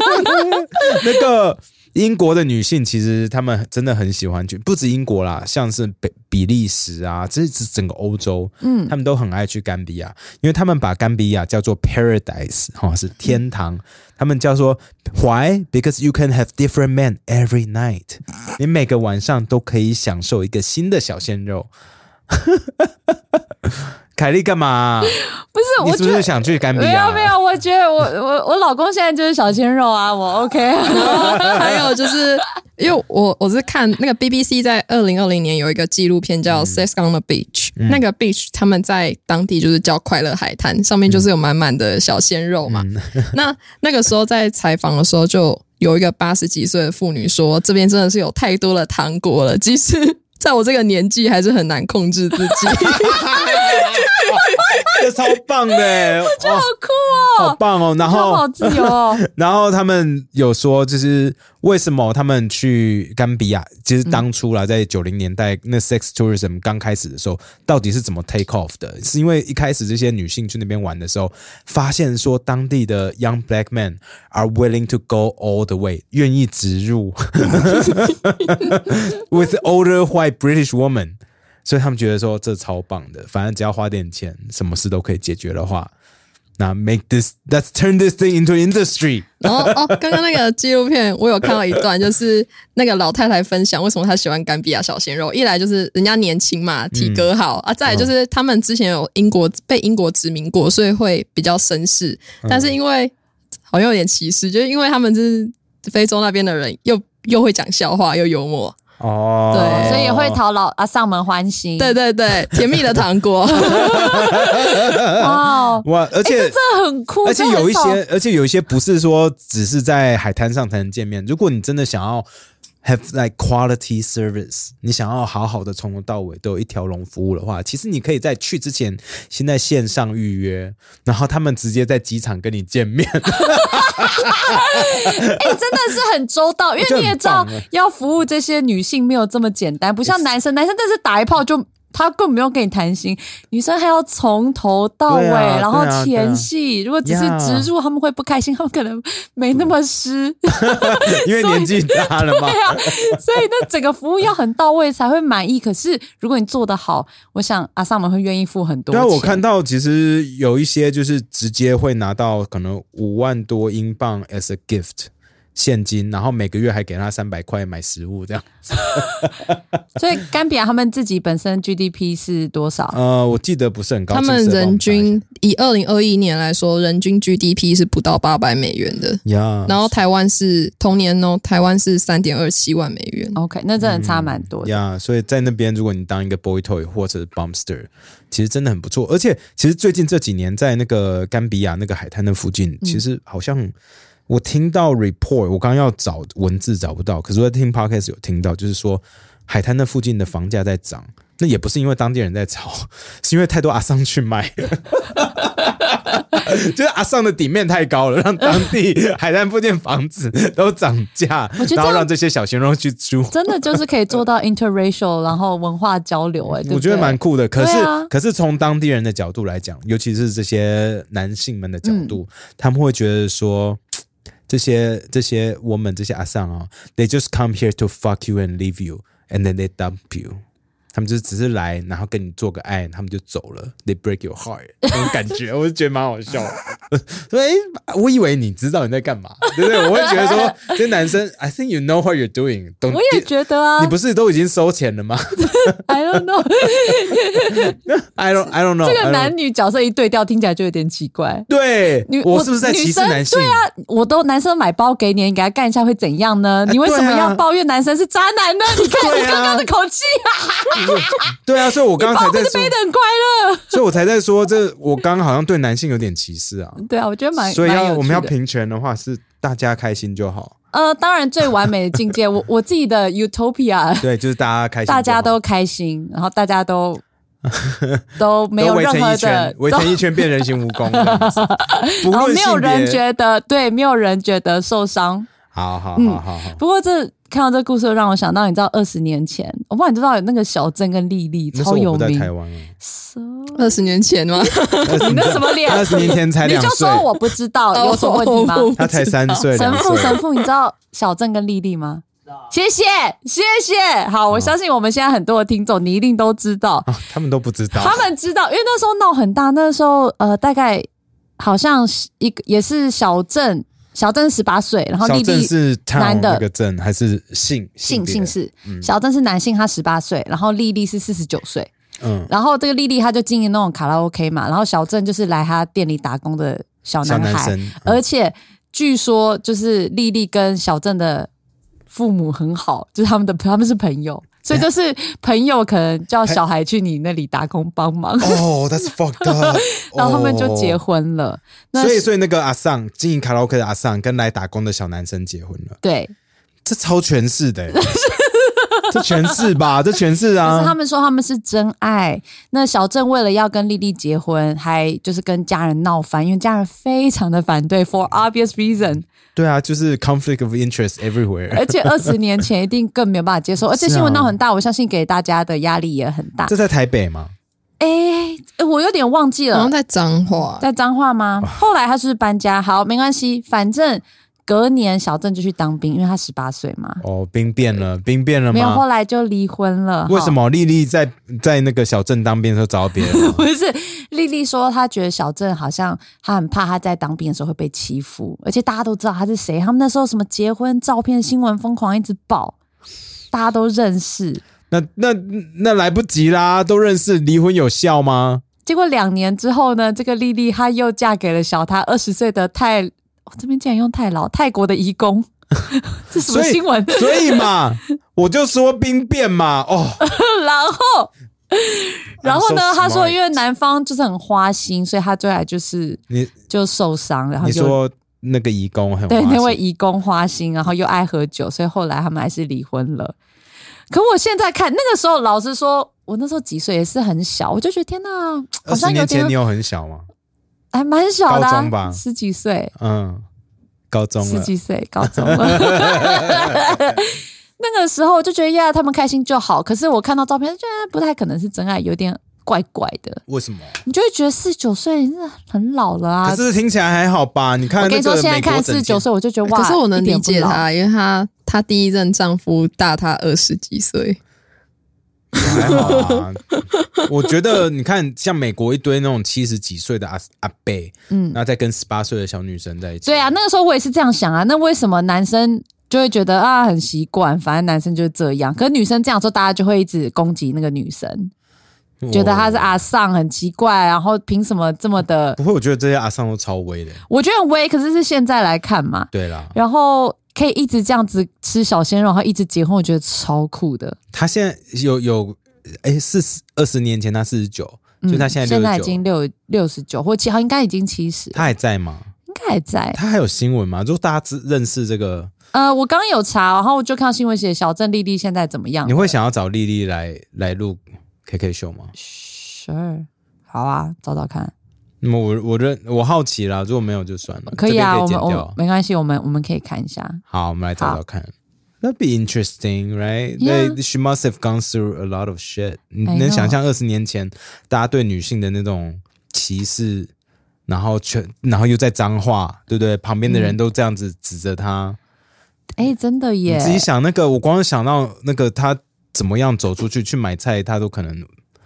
Speaker 2: 那个英国的女性其实她们真的很喜欢去，不止英国啦，像是北比利时啊，这是整个欧洲，嗯，她们都很爱去甘比亚，因为她们把甘比亚叫做 paradise 哈、是天堂，她们叫做 why because you can have different men every night，你每个晚上都可以享受一个新的小鲜肉。 凯莉干嘛、
Speaker 1: 不是，
Speaker 2: 你
Speaker 1: 我
Speaker 2: 是
Speaker 1: 觉
Speaker 2: 不
Speaker 1: 得
Speaker 2: 是想去甘比
Speaker 1: 没
Speaker 2: 亚？
Speaker 1: 有没有，我觉得我我我老公现在就是小鲜肉啊，我 OK，
Speaker 2: 哦
Speaker 4: 还有就是，因为我我是看那个 BBC 在二零二零年有一个纪录片叫《Sex on the Beach》，那个 beach 他们在当地就是叫快乐海滩，上面就是有满满的小鲜肉嘛。 那那个时候在采访的时候，就有一个八十几岁的妇女说：“这边真的是有太多的糖果了，即使 在我这个年纪，还是很难控制自己。
Speaker 2: 这超棒的、欸，我觉得
Speaker 1: 好酷
Speaker 2: 好
Speaker 1: 哦，
Speaker 2: 棒哦！然
Speaker 1: 他
Speaker 2: 后
Speaker 1: 们好自由 哦，
Speaker 2: 然后他们有说，就是为什么他们去甘比亚？其实当初啦，在九零年代那 sex tourism 刚开始的时候，到底是怎么 take off 的？是因为一开始这些女性去那边玩的时候，发现说当地的 young black men are willing to go all the way，愿意植入 with older white British woman。所以他们觉得说这超棒的，反正只要花点钱，什么事都可以解决的话，那 make this let's turn this thing into industry。
Speaker 4: 然后哦，刚刚那个纪录片我有看到一段，就是那个老太太分享为什么她喜欢甘比亚小鲜肉。一来就是人家年轻嘛，体格好、啊；再来就是他们之前有英国被英国殖民过，所以会比较绅士。但是因为好像有点歧视，就是因为他们是非洲那边的人，又又会讲笑话，又幽默。
Speaker 2: 哦，
Speaker 4: 对
Speaker 1: 所以也会讨老阿上们欢心，
Speaker 4: 对对对，甜蜜的糖果。
Speaker 1: 哇，
Speaker 2: 哇，而且、
Speaker 1: 哎这很酷，
Speaker 2: 而且
Speaker 1: 这很
Speaker 2: 有一
Speaker 1: 少
Speaker 2: 些，而且有一些不是说只是在海滩上才能见面。如果你真的想要 have like quality service，你想要好好的从头到尾都有一条龙服务的话，其实你可以在去之前先在线上预约，然后他们直接在机场跟你见面。
Speaker 1: 哎、真的是很周到，因
Speaker 2: 我觉
Speaker 1: 为你
Speaker 2: 得
Speaker 1: 也
Speaker 2: 很
Speaker 1: 知道
Speaker 2: 棒欸，
Speaker 1: 要服务这些女性没有这么简单，不像男生，男生真的是打一炮就他更不用跟你谈心。女生还要从头到尾，
Speaker 2: 对啊
Speaker 1: 然后
Speaker 2: 对啊
Speaker 1: 前戏，如果只是
Speaker 2: 呀
Speaker 1: 植入，他们会不开心，他们可能没那么湿。
Speaker 2: 因为年纪大了嘛。
Speaker 1: 对啊， 所以那整个服务要很到位才会满意。可是如果你做得好，我想阿萨们会愿意付很多
Speaker 2: 对
Speaker 1: 钱。
Speaker 2: 啊，我看到其实有一些就是直接会拿到可能五万多英镑 as a gift 现金，然后每个月还给他三百块买食物这样。
Speaker 1: 所以甘比亚他们自己本身 GDP 是多少？
Speaker 2: 呃，我记得不是很高，
Speaker 4: 他们
Speaker 2: 请谁帮我
Speaker 4: 人
Speaker 2: 查一
Speaker 4: 均以二零二一年来说，人均 GDP 是不到八百美元的。
Speaker 2: 下呀，
Speaker 4: 然后台湾是同年哦，台湾是三点二七万美元。
Speaker 1: OK，那真的
Speaker 2: 嗯
Speaker 1: 差蛮多的。
Speaker 2: 呀所以在那边，如果你当一个 boy toy 或者是 bumpster，其实真的很不错。而且，其实最近这几年在那个甘比亚那个海滩的附近，
Speaker 1: 嗯
Speaker 2: 其实好像我听到 report，我刚刚要找文字找不到，可是我在听 podcast 有听到，就是说海滩那附近的房价在涨。那也不是因为当地人在炒， 是因为太多阿桑去买， 就是阿桑的底面太高了，让当地海滩附近房子都涨价
Speaker 1: 我觉得，这
Speaker 2: 然后
Speaker 1: 样
Speaker 2: 让这些小鲜肉去租。
Speaker 1: 真的就是可以做到 interracial，然后文化交流、哎，对不
Speaker 2: 我觉得
Speaker 1: 对
Speaker 2: 蛮酷的。可是，
Speaker 1: 对啊
Speaker 2: 可是从当地人的角度来讲，尤其是这些男性们的角
Speaker 1: 嗯
Speaker 2: 度，他们会觉得说，嘖这些这些我们这些阿桑啊，they just come here to fuck you and leave you, and then they dump you。他们就只是来，然后跟你做个爱，他们就走了。They break your heart，那种感觉，我就觉得蛮好笑的。 所以，哎我以为你知道你在干嘛，对不对？我会觉得说，这男生，I think you know what you're doing。
Speaker 1: 我也觉得啊
Speaker 2: 你不哦是都已经收钱了吗？
Speaker 1: ，I don't know，
Speaker 2: I don't I don't know
Speaker 1: 这
Speaker 2: I
Speaker 1: 个
Speaker 2: don't-
Speaker 1: 男女角色一对调，听起来就有点奇怪。
Speaker 2: 对
Speaker 1: 女，
Speaker 2: 我是不是在歧视男性？
Speaker 1: 女生对啊，我都男生买包给你，你给他干一下会怎样呢？你为什么
Speaker 2: 对啊
Speaker 1: 要抱怨男生是渣男 呢？你看
Speaker 2: 对啊
Speaker 1: 你刚刚的口气啊，
Speaker 2: 对啊，所以我刚才
Speaker 1: 抱
Speaker 2: 在
Speaker 1: 着
Speaker 2: 说
Speaker 1: 背，的很快乐。
Speaker 2: 所以我才在说，这我刚刚好像对男性有点歧视啊。
Speaker 1: 对啊，我觉得 蛮
Speaker 2: 所以
Speaker 1: 蛮有
Speaker 2: 要
Speaker 1: 趣的
Speaker 2: 我们要平权的话，是大家开心就好。
Speaker 1: 呃，当然最完美的境界，我我 自己的 utopia，
Speaker 2: 对，就是大家开心就好，
Speaker 1: 大家都开心，然后大家 都都没
Speaker 2: 都
Speaker 1: 有
Speaker 2: 围
Speaker 1: 任
Speaker 2: 成
Speaker 1: 何
Speaker 2: 一
Speaker 1: 的
Speaker 2: 圈，围
Speaker 1: 都
Speaker 2: 成一圈变人形蜈蚣 这样子，不
Speaker 1: 然后
Speaker 2: 论
Speaker 1: 没有
Speaker 2: 性
Speaker 1: 人
Speaker 2: 别。
Speaker 1: 觉得对，没有人觉得受伤。
Speaker 2: 好好
Speaker 1: 嗯
Speaker 2: 好好好，
Speaker 1: 不过这看到这故事，让我想到，你知道二十年前，我不知道你知道有那个小郑跟丽丽
Speaker 2: 那时候
Speaker 1: 超
Speaker 2: 我
Speaker 1: 有
Speaker 2: 不在台
Speaker 1: 名，
Speaker 2: 湾啊，
Speaker 1: So-
Speaker 4: 二十年前吗？
Speaker 1: 你那什么脸？
Speaker 2: 二十年前才
Speaker 1: 你
Speaker 2: 两
Speaker 1: 就
Speaker 2: 岁
Speaker 1: 说，我不知道，有什么问题吗？
Speaker 4: 哦
Speaker 2: 他才三岁，
Speaker 1: 神
Speaker 2: 两
Speaker 1: 父，
Speaker 2: 岁。
Speaker 1: 神父，你知道小郑跟丽丽吗？谢谢，谢谢。好，我相信我们现在很多的听众，你一定都知道，
Speaker 2: 啊他们都不知道，
Speaker 1: 他们知道，因为那时候闹很大，那时候呃，大概好像是一个也是小郑，小郑十八岁，然后
Speaker 2: 小
Speaker 1: 丽
Speaker 2: 镇
Speaker 1: 丽
Speaker 2: 是 town
Speaker 1: 男的
Speaker 2: 那个镇还是姓
Speaker 1: 姓
Speaker 2: 别
Speaker 1: 姓氏，小郑是男性，他十八岁，然后丽丽是四十九岁。
Speaker 2: 嗯
Speaker 1: 然后这个丽丽她就经营那种卡拉 OK 嘛，然后小郑就是来她店里打工的小
Speaker 2: 小
Speaker 1: 哦男
Speaker 2: 男
Speaker 1: 孩，
Speaker 2: 生，嗯
Speaker 1: 而且据说就是丽丽跟小郑的父母很好，就是他们的他们是朋友，所以就是朋友可能叫小孩去你那里打工帮忙，。
Speaker 2: 哦、t h a t s fucked up
Speaker 1: 然后他们就结
Speaker 2: 婚。
Speaker 1: 婚了。那
Speaker 2: 所以，
Speaker 1: 是
Speaker 2: 所以那个阿尚经营卡拉 OK 的阿尚跟来打工的小男生结婚了，
Speaker 1: 对，
Speaker 2: 这超权势 的、欸，这权势吧，这权势
Speaker 1: 可是他
Speaker 2: 啊！
Speaker 1: 们说他们是真爱。那小郑为了要跟丽丽结婚，还就是跟家人闹翻，因为家人非常的反对，for obvious reason。
Speaker 2: 对啊，就是 conflict of interest everywhere，
Speaker 1: 而且二十年前一定更没有办法接受，而且新闻闹很大，我相信给大家的压力也很大
Speaker 2: 啊这。在台北吗？
Speaker 1: 哎、诶我有点忘记
Speaker 4: 好像
Speaker 1: 了，
Speaker 2: 嗯
Speaker 4: 在彰化。
Speaker 1: 在彰化吗？后来他是不是搬家，好，没关系，反正隔年小郑就去当兵，因为他十八岁嘛。
Speaker 2: 哦，兵变了，兵变了
Speaker 1: 没有，后
Speaker 2: 吗？
Speaker 1: 来就离婚了。
Speaker 2: 为什
Speaker 1: 哈？
Speaker 2: 么丽丽在在那个小镇当兵的时候找到别人了？
Speaker 1: 不是，丽丽说她觉得小郑好像她很怕她在当兵的时候会被欺负，而且大家都知道他是谁，他们那时候什么结婚照片新闻疯狂一直爆，大家都认识。
Speaker 2: 那那那来不及啦，都认识，离婚有效吗？
Speaker 1: 结果两年之后呢，这个丽丽她又嫁给了小她二十岁的泰，我、这边竟然用泰老泰国的移工， 这什么
Speaker 2: 所以
Speaker 1: 新闻？
Speaker 2: 所以嘛，我就说兵变嘛，哦，
Speaker 1: 然后，然后呢
Speaker 2: I'm so
Speaker 1: 她说
Speaker 2: smart
Speaker 1: 因为男方就是很花心，所以她最后来就是
Speaker 2: 你
Speaker 1: 就受伤，然后
Speaker 2: 你
Speaker 1: 又
Speaker 2: 说那个义工很
Speaker 1: 对
Speaker 2: 花
Speaker 1: 那位
Speaker 2: 心
Speaker 1: 移工花心，然后又爱喝酒，所以后来他们还是离婚了。可我现在看那个时候，老实说，我那时候几岁也是很小，我就觉得天哪，好
Speaker 2: 二十
Speaker 1: 像有
Speaker 2: 年前
Speaker 1: 点
Speaker 2: 你有很小吗？
Speaker 1: 还蛮小的、
Speaker 2: 高
Speaker 1: 啊
Speaker 2: 中，吧
Speaker 1: 十几岁。
Speaker 2: 嗯，高中
Speaker 1: 十
Speaker 2: 了，
Speaker 1: 几岁，高中了。 那个时候我就觉得呀，他们开心就好。可是我看到照片，就觉得哎不太可能是真爱，有点怪怪的。
Speaker 2: 为什么？
Speaker 1: 你就会觉得四九岁真的很老了啊
Speaker 2: 可！是听起来还好吧？你看
Speaker 1: 我跟
Speaker 2: 那
Speaker 1: 你说，
Speaker 2: 个
Speaker 1: 现在
Speaker 2: 美国
Speaker 1: 看
Speaker 2: 整
Speaker 1: 四九
Speaker 2: 间
Speaker 1: 岁，我就觉得哇，
Speaker 4: 可是我能
Speaker 1: 一点
Speaker 4: 理
Speaker 1: 不
Speaker 4: 解
Speaker 1: 老
Speaker 4: 她，因为她她第一任丈夫大她二十几岁，
Speaker 2: 还好啊。我觉得你看，像美国一堆那种七十几岁的阿阿伯，
Speaker 1: 嗯，
Speaker 2: 那再跟十八岁的小女生在一起，
Speaker 1: 对啊，，那个时候我也是这样想啊。那为什么男生就会觉得啊很习惯，反正男生就是这样，可是女生这样之后，大家就会一直攻击那个女生，觉得她是阿尚很奇怪，然后凭什么这么的？
Speaker 2: 不会，我觉得这些阿桑都超威的。
Speaker 1: 我觉得很微，可是是现在来看嘛，
Speaker 2: 对啦，
Speaker 1: 然后可以一直这样子吃小鲜肉，然后一直结婚，我觉得超酷的。
Speaker 2: 他现在有有，哎，四十二十年前他四十九，就他现在
Speaker 1: 嗯现在已
Speaker 2: 六十
Speaker 1: 经
Speaker 2: 九，
Speaker 1: 六六十九或七，好应该已经七十，
Speaker 2: 他还在吗？
Speaker 1: 应该还在。
Speaker 2: 他还有新闻吗？就大家知认识这个，
Speaker 1: 呃，我刚刚有查，然后我就看到新闻写小郑丽丽现在怎么样
Speaker 2: 你？会想要找丽丽来来录 KK 秀吗？
Speaker 1: Sure，好啊，找找看，
Speaker 2: 那么我我认我好奇啦，如果没有就算了，
Speaker 1: 可以啊，
Speaker 2: 这
Speaker 1: 我
Speaker 2: 边可以
Speaker 1: 们
Speaker 2: 剪
Speaker 1: 我
Speaker 2: 掉
Speaker 1: 们没关系，我们我们可以看一下。
Speaker 2: 好，我们来找找看。That'd be interesting, right?
Speaker 1: Yeah.
Speaker 2: They- she must have gone through a lot of shit. 你
Speaker 1: know.
Speaker 2: 能想象二十年前大家对女性的那种歧视，然后全，然后又在脏话，对不对？旁边的人都这样子指着她。
Speaker 1: 哎、真的
Speaker 2: 你
Speaker 1: 耶！
Speaker 2: 自己想那个，我光是想到那个她怎么样走出去去买菜，她都可能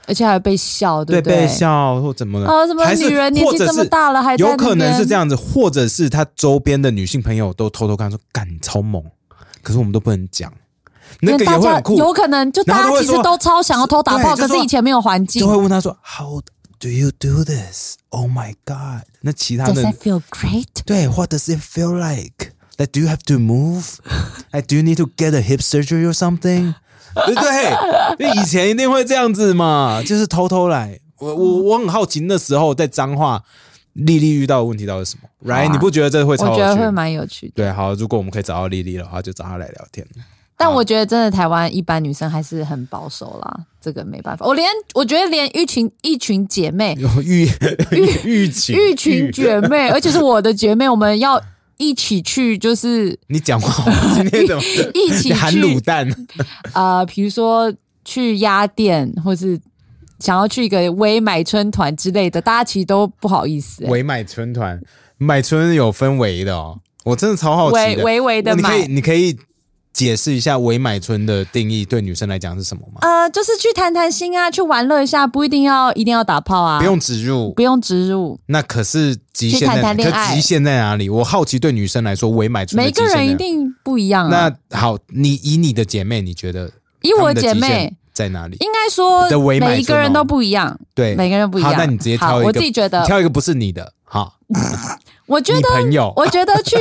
Speaker 1: 而且还有被笑，对
Speaker 2: 对
Speaker 1: 不对？
Speaker 2: 被笑或怎么了？
Speaker 1: 哦，什么
Speaker 2: 还是
Speaker 1: 女人年纪这么大了，还在
Speaker 2: 或者
Speaker 1: 那
Speaker 2: 是有可能是这
Speaker 1: 样。
Speaker 2: 样子，或者是他周边的女性朋友都偷偷看说，干你超猛，可是我们都不能讲，那个也
Speaker 1: 大
Speaker 2: 会
Speaker 1: 家
Speaker 2: 很酷，
Speaker 1: 有可能就
Speaker 2: 然
Speaker 1: 大
Speaker 2: 后
Speaker 1: 家
Speaker 2: 都会
Speaker 1: 其实
Speaker 2: 说
Speaker 1: 都超想要偷打炮，
Speaker 2: 对就
Speaker 1: 可
Speaker 2: 说
Speaker 1: 是以前没有环境
Speaker 2: 就。会问他说，How do you do this? Oh my god！那其他
Speaker 1: Does
Speaker 2: 的
Speaker 1: that feel great？
Speaker 2: 对，What does it feel like? Like do you have to move? Like do you need to get a hip surgery or something? 对不对，因为以前一定会这样子嘛，就是偷偷来。我我我很好奇那时候在彰化丽丽遇到的问题到底是什么？Right？、
Speaker 1: 好啊
Speaker 2: 你不觉得这会
Speaker 1: 我
Speaker 2: 超有
Speaker 1: 觉
Speaker 2: 趣？
Speaker 1: 得会蛮有趣的，
Speaker 2: 对，啊好，如果我们可以找到丽丽的话，就找她来聊天。
Speaker 1: 但我觉得真的台湾一般女生还是很保守啦，这个没办法。我连我觉得连一群一群姐妹，
Speaker 2: 有玉 玉玉琴，
Speaker 1: 一群姐 妹，而且是我的姐妹，我们要一起去， 就是
Speaker 2: 你讲话，我今天怎么
Speaker 1: 一起
Speaker 2: 你含卤
Speaker 1: 去
Speaker 2: 蛋？
Speaker 1: 呃，比如说去鸭店，或是想要去一个微买春团之类的，大家其实都不好意思、欸。
Speaker 2: 伪买春团，买春有分围的哦，我真的超好奇
Speaker 1: 微
Speaker 2: 的。
Speaker 1: 微微的
Speaker 2: 你可以
Speaker 1: 买，
Speaker 2: 你可以解释一下伪买春的定义对女生来讲是什么吗？
Speaker 1: 呃，就是去谈谈心啊，去玩乐一下，不一定要一定要打炮啊，
Speaker 2: 不用植入
Speaker 1: 不，用植入。
Speaker 2: 那可是极限在
Speaker 1: 去谈谈恋爱
Speaker 2: 可极限在哪里？我好奇，对女生来说，伪买春的
Speaker 1: 每
Speaker 2: 极
Speaker 1: 个
Speaker 2: 限在哪
Speaker 1: 人一定不一样啊。
Speaker 2: 那好，你以你的姐妹，你觉得
Speaker 1: 以
Speaker 2: 她
Speaker 1: 我
Speaker 2: 们的
Speaker 1: 姐
Speaker 2: 极限
Speaker 1: 妹，
Speaker 2: 在哪里？
Speaker 1: 应该说
Speaker 2: 的微买
Speaker 1: 每一个人
Speaker 2: 春哦
Speaker 1: 都不一样，
Speaker 2: 对，
Speaker 1: 每个人不一样。
Speaker 2: 好，那你直接
Speaker 1: 好
Speaker 2: 挑一个，
Speaker 1: 我自己觉得
Speaker 2: 你，挑一个不是你的，好，
Speaker 1: 我觉
Speaker 2: 你
Speaker 1: 得，
Speaker 2: 朋 友，
Speaker 1: 我觉得去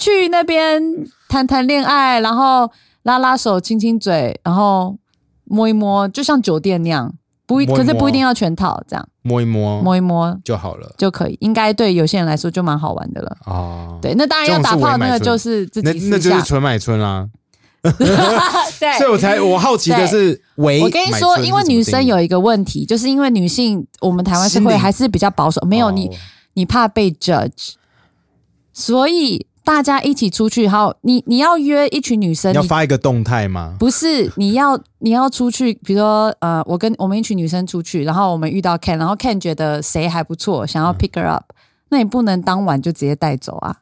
Speaker 1: 去那边谈谈恋爱，然后拉拉手、亲亲嘴，然后摸一摸，就像酒店那样，不一，
Speaker 2: 摸一摸哦
Speaker 1: 可是不一定要全套，这样
Speaker 2: 摸一摸
Speaker 1: 摸一摸
Speaker 2: 就好了
Speaker 1: 就可以。应该对有些人来说就蛮好玩的了。
Speaker 2: 哦。，
Speaker 1: 对，那当然要打炮，那个就是自
Speaker 2: 那
Speaker 1: 己
Speaker 2: 那
Speaker 1: 私
Speaker 2: 就是
Speaker 1: 下。
Speaker 2: 纯 买春啦，所以
Speaker 1: 对，
Speaker 2: 我才我好奇的哎是，唯
Speaker 1: 我跟你说，因为女生有一个问题，就是因为女性，我们台湾社
Speaker 2: 心
Speaker 1: 会
Speaker 2: 灵
Speaker 1: 还是比较保守，没有你，
Speaker 2: 哦
Speaker 1: 你怕被 judge，所以大家一起出去，好，你你要约一群女生，
Speaker 2: 你要
Speaker 1: 你
Speaker 2: 发一个动态吗？
Speaker 1: 不是你要你要出去，比如说呃，我跟我们一群女生出去，然后我们遇到 Ken，然后 Ken 觉得谁还不错，想
Speaker 2: 嗯
Speaker 1: 要 pick her up，、那你不能当晚就直接带走啊，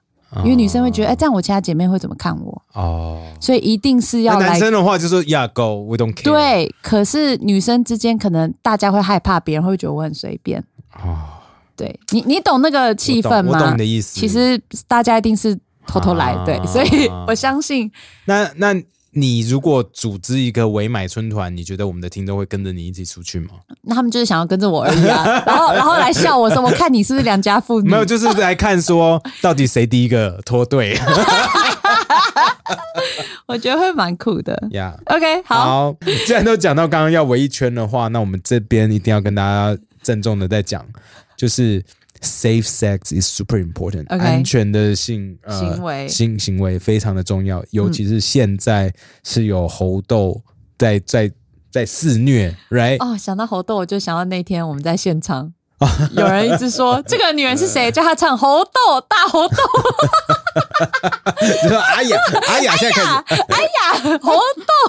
Speaker 1: 因为女生会觉得，哎、这样我其他姐妹会怎么看我？
Speaker 2: 哦。
Speaker 1: 所以一定是
Speaker 2: 那
Speaker 1: 要
Speaker 2: 男
Speaker 1: 来。
Speaker 2: 生的话就说呀，go，we don't care。，
Speaker 1: 对，可是女生之间可能大家会害怕，别人会觉得我很随便。
Speaker 2: 哦，
Speaker 1: 对你，你懂那个气氛
Speaker 2: 我懂我懂
Speaker 1: 吗
Speaker 2: 你的？意思。
Speaker 1: 其实大家一定是偷偷来，
Speaker 2: 啊
Speaker 1: 对，所以我相信
Speaker 2: 那那你如果组织一个伪买春团，你觉得我们的听众会跟着你一起出去吗？
Speaker 1: 那他们就是想要跟着我而已啊，然后然后来笑我说，我看你是不是良家妇女？
Speaker 2: 没有，就是来 看说到底谁第一个脱队
Speaker 1: 我觉得会蛮酷的。
Speaker 2: 呀。
Speaker 1: OK，好，
Speaker 2: 好，既然都讲到刚刚要围一圈的话，那我们这边一定要跟大家郑重的再讲，就是 safe sex is super important，、
Speaker 1: OK
Speaker 2: 安全的性、呃、
Speaker 1: 行为
Speaker 2: 性行为非常的重要，尤其是现在是有猴痘在在在肆虐，right？、
Speaker 1: 哦，想到猴豆，我就想到那天我们在现场。有人一直说这个女人是谁？叫她唱猴豆大猴豆，
Speaker 2: 就说阿雅，阿雅现在开始，
Speaker 1: 哎呀， 猴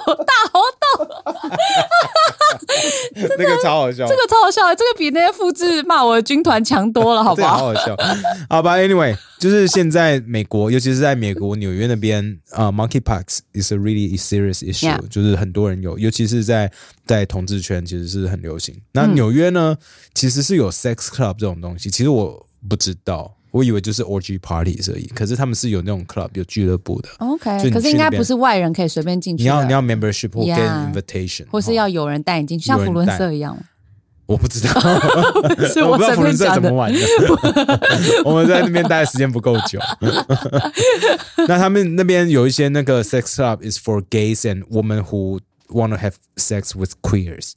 Speaker 1: 豆大猴豆，
Speaker 2: 那个超好笑，
Speaker 1: 这个超好笑的，这个比那些复制骂我的军团强多了，好不
Speaker 2: 这个好
Speaker 1: 好？
Speaker 2: 好笑。 好吧，Anyway，就是现在美国，尤其是在美国纽约那边，啊 m o n k e y p o x is a really serious issue，、
Speaker 1: Yeah
Speaker 2: 就是很多人有，尤其是在在同志圈其实是很流行。那
Speaker 1: 嗯
Speaker 2: 纽约呢，其实是有 sex club 这种东西，其实我不知道。我以为就是 orgy parties 而已，可是他们是有那种 club 有俱乐部的，
Speaker 1: OK，
Speaker 2: 就你去
Speaker 1: 可哦
Speaker 2: 那边
Speaker 1: 是应啊该不是外人可以随便进去
Speaker 2: 你
Speaker 1: 的，
Speaker 2: 要你要 membership 或 get
Speaker 1: Yeah
Speaker 2: invitation，
Speaker 1: 或是
Speaker 2: 哦
Speaker 1: 要有人带你进去，像
Speaker 2: 有人
Speaker 1: 福伦
Speaker 2: 带
Speaker 1: 社一 样。
Speaker 2: 我不知道，
Speaker 1: 是
Speaker 2: 我
Speaker 1: 我
Speaker 2: 不知道
Speaker 1: 随
Speaker 2: 福伦
Speaker 1: 便
Speaker 2: 社
Speaker 1: 讲
Speaker 2: 怎么
Speaker 1: 的。
Speaker 2: 玩的。我们在那边待的时间不够久。那他们那边有一些那个 sex club is for gays and women who want to have sex with queers。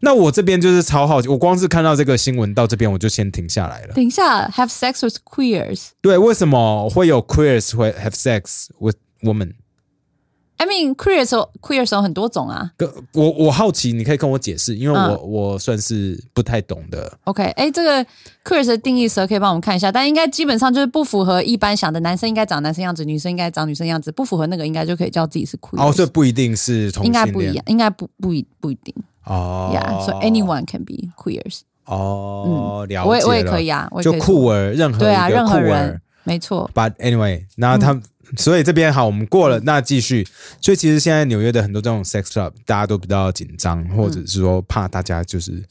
Speaker 2: 那我这边就是超好奇，我光是看到这个新闻到这边我就先停下来 了。
Speaker 1: 等一下，have sex with queers。
Speaker 2: 对，为什么会有 queers 会 have sex with women？
Speaker 1: I mean queers 有 queers 有很多种啊。
Speaker 2: 跟我我好奇，你可以跟我解释，因为我、
Speaker 1: 嗯
Speaker 2: 我算是不太懂的。
Speaker 1: OK，哎，这个 queers 的定义蛇可以帮我们看一下，但应该基本上就是不符合一般想的，男生应该长男生样子，女生应该长女生样子，不符合那个应该就可以叫自己是 queer。
Speaker 2: 哦，所以不一定是同
Speaker 1: 应
Speaker 2: 性
Speaker 1: 该
Speaker 2: 恋，
Speaker 1: 不一样，应该不不一不一定。
Speaker 2: 哦。
Speaker 1: Yeah，so anyone can be queers。
Speaker 2: 哦，了
Speaker 1: 嗯
Speaker 2: 解
Speaker 1: 我也我也
Speaker 2: 了
Speaker 1: 可以啊，我也
Speaker 2: 就
Speaker 1: 可以
Speaker 2: 酷儿，任何
Speaker 1: 对啊，
Speaker 2: 一个
Speaker 1: 任
Speaker 2: 酷
Speaker 1: 何
Speaker 2: 儿
Speaker 1: 人。没错。
Speaker 2: But anyway，那他们、所以这边好，我们过了，那继续。所以其实现在纽约的很多这种 sex club，大家都比较紧张，或者是说怕大家就是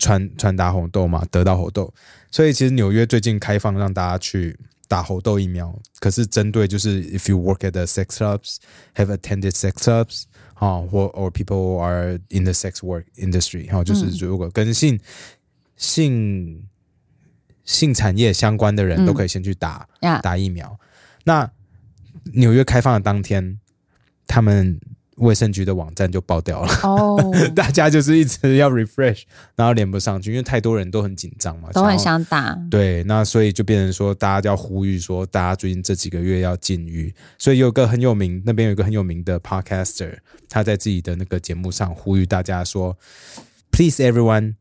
Speaker 2: 传传达红豆嘛，得到红豆。所以其实纽约最近开放让大家去打红豆疫苗，可是针对就是 if you work at the sex clubs, have attended sex clubs。哦，或 or people who are in the sex work industry，哈、哦，就是如果跟性、性性产业相关的人
Speaker 1: 嗯
Speaker 2: 都可以先去打、
Speaker 1: 呀
Speaker 2: 打疫苗。那纽约开放的当天，他们卫生局的网站就爆掉了，
Speaker 1: 哦，
Speaker 2: 大家就是一直要 refresh，然后连不上去，因为太多人都很紧张嘛，
Speaker 1: 都很
Speaker 2: 要
Speaker 1: 想打。
Speaker 2: 对，那所以就变成说，大家要呼吁说，大家最近这几个月要禁欲。所以有个很有名，那边有个很有名的 podcaster，他在自己的那个节目上呼吁大家说，Please everyone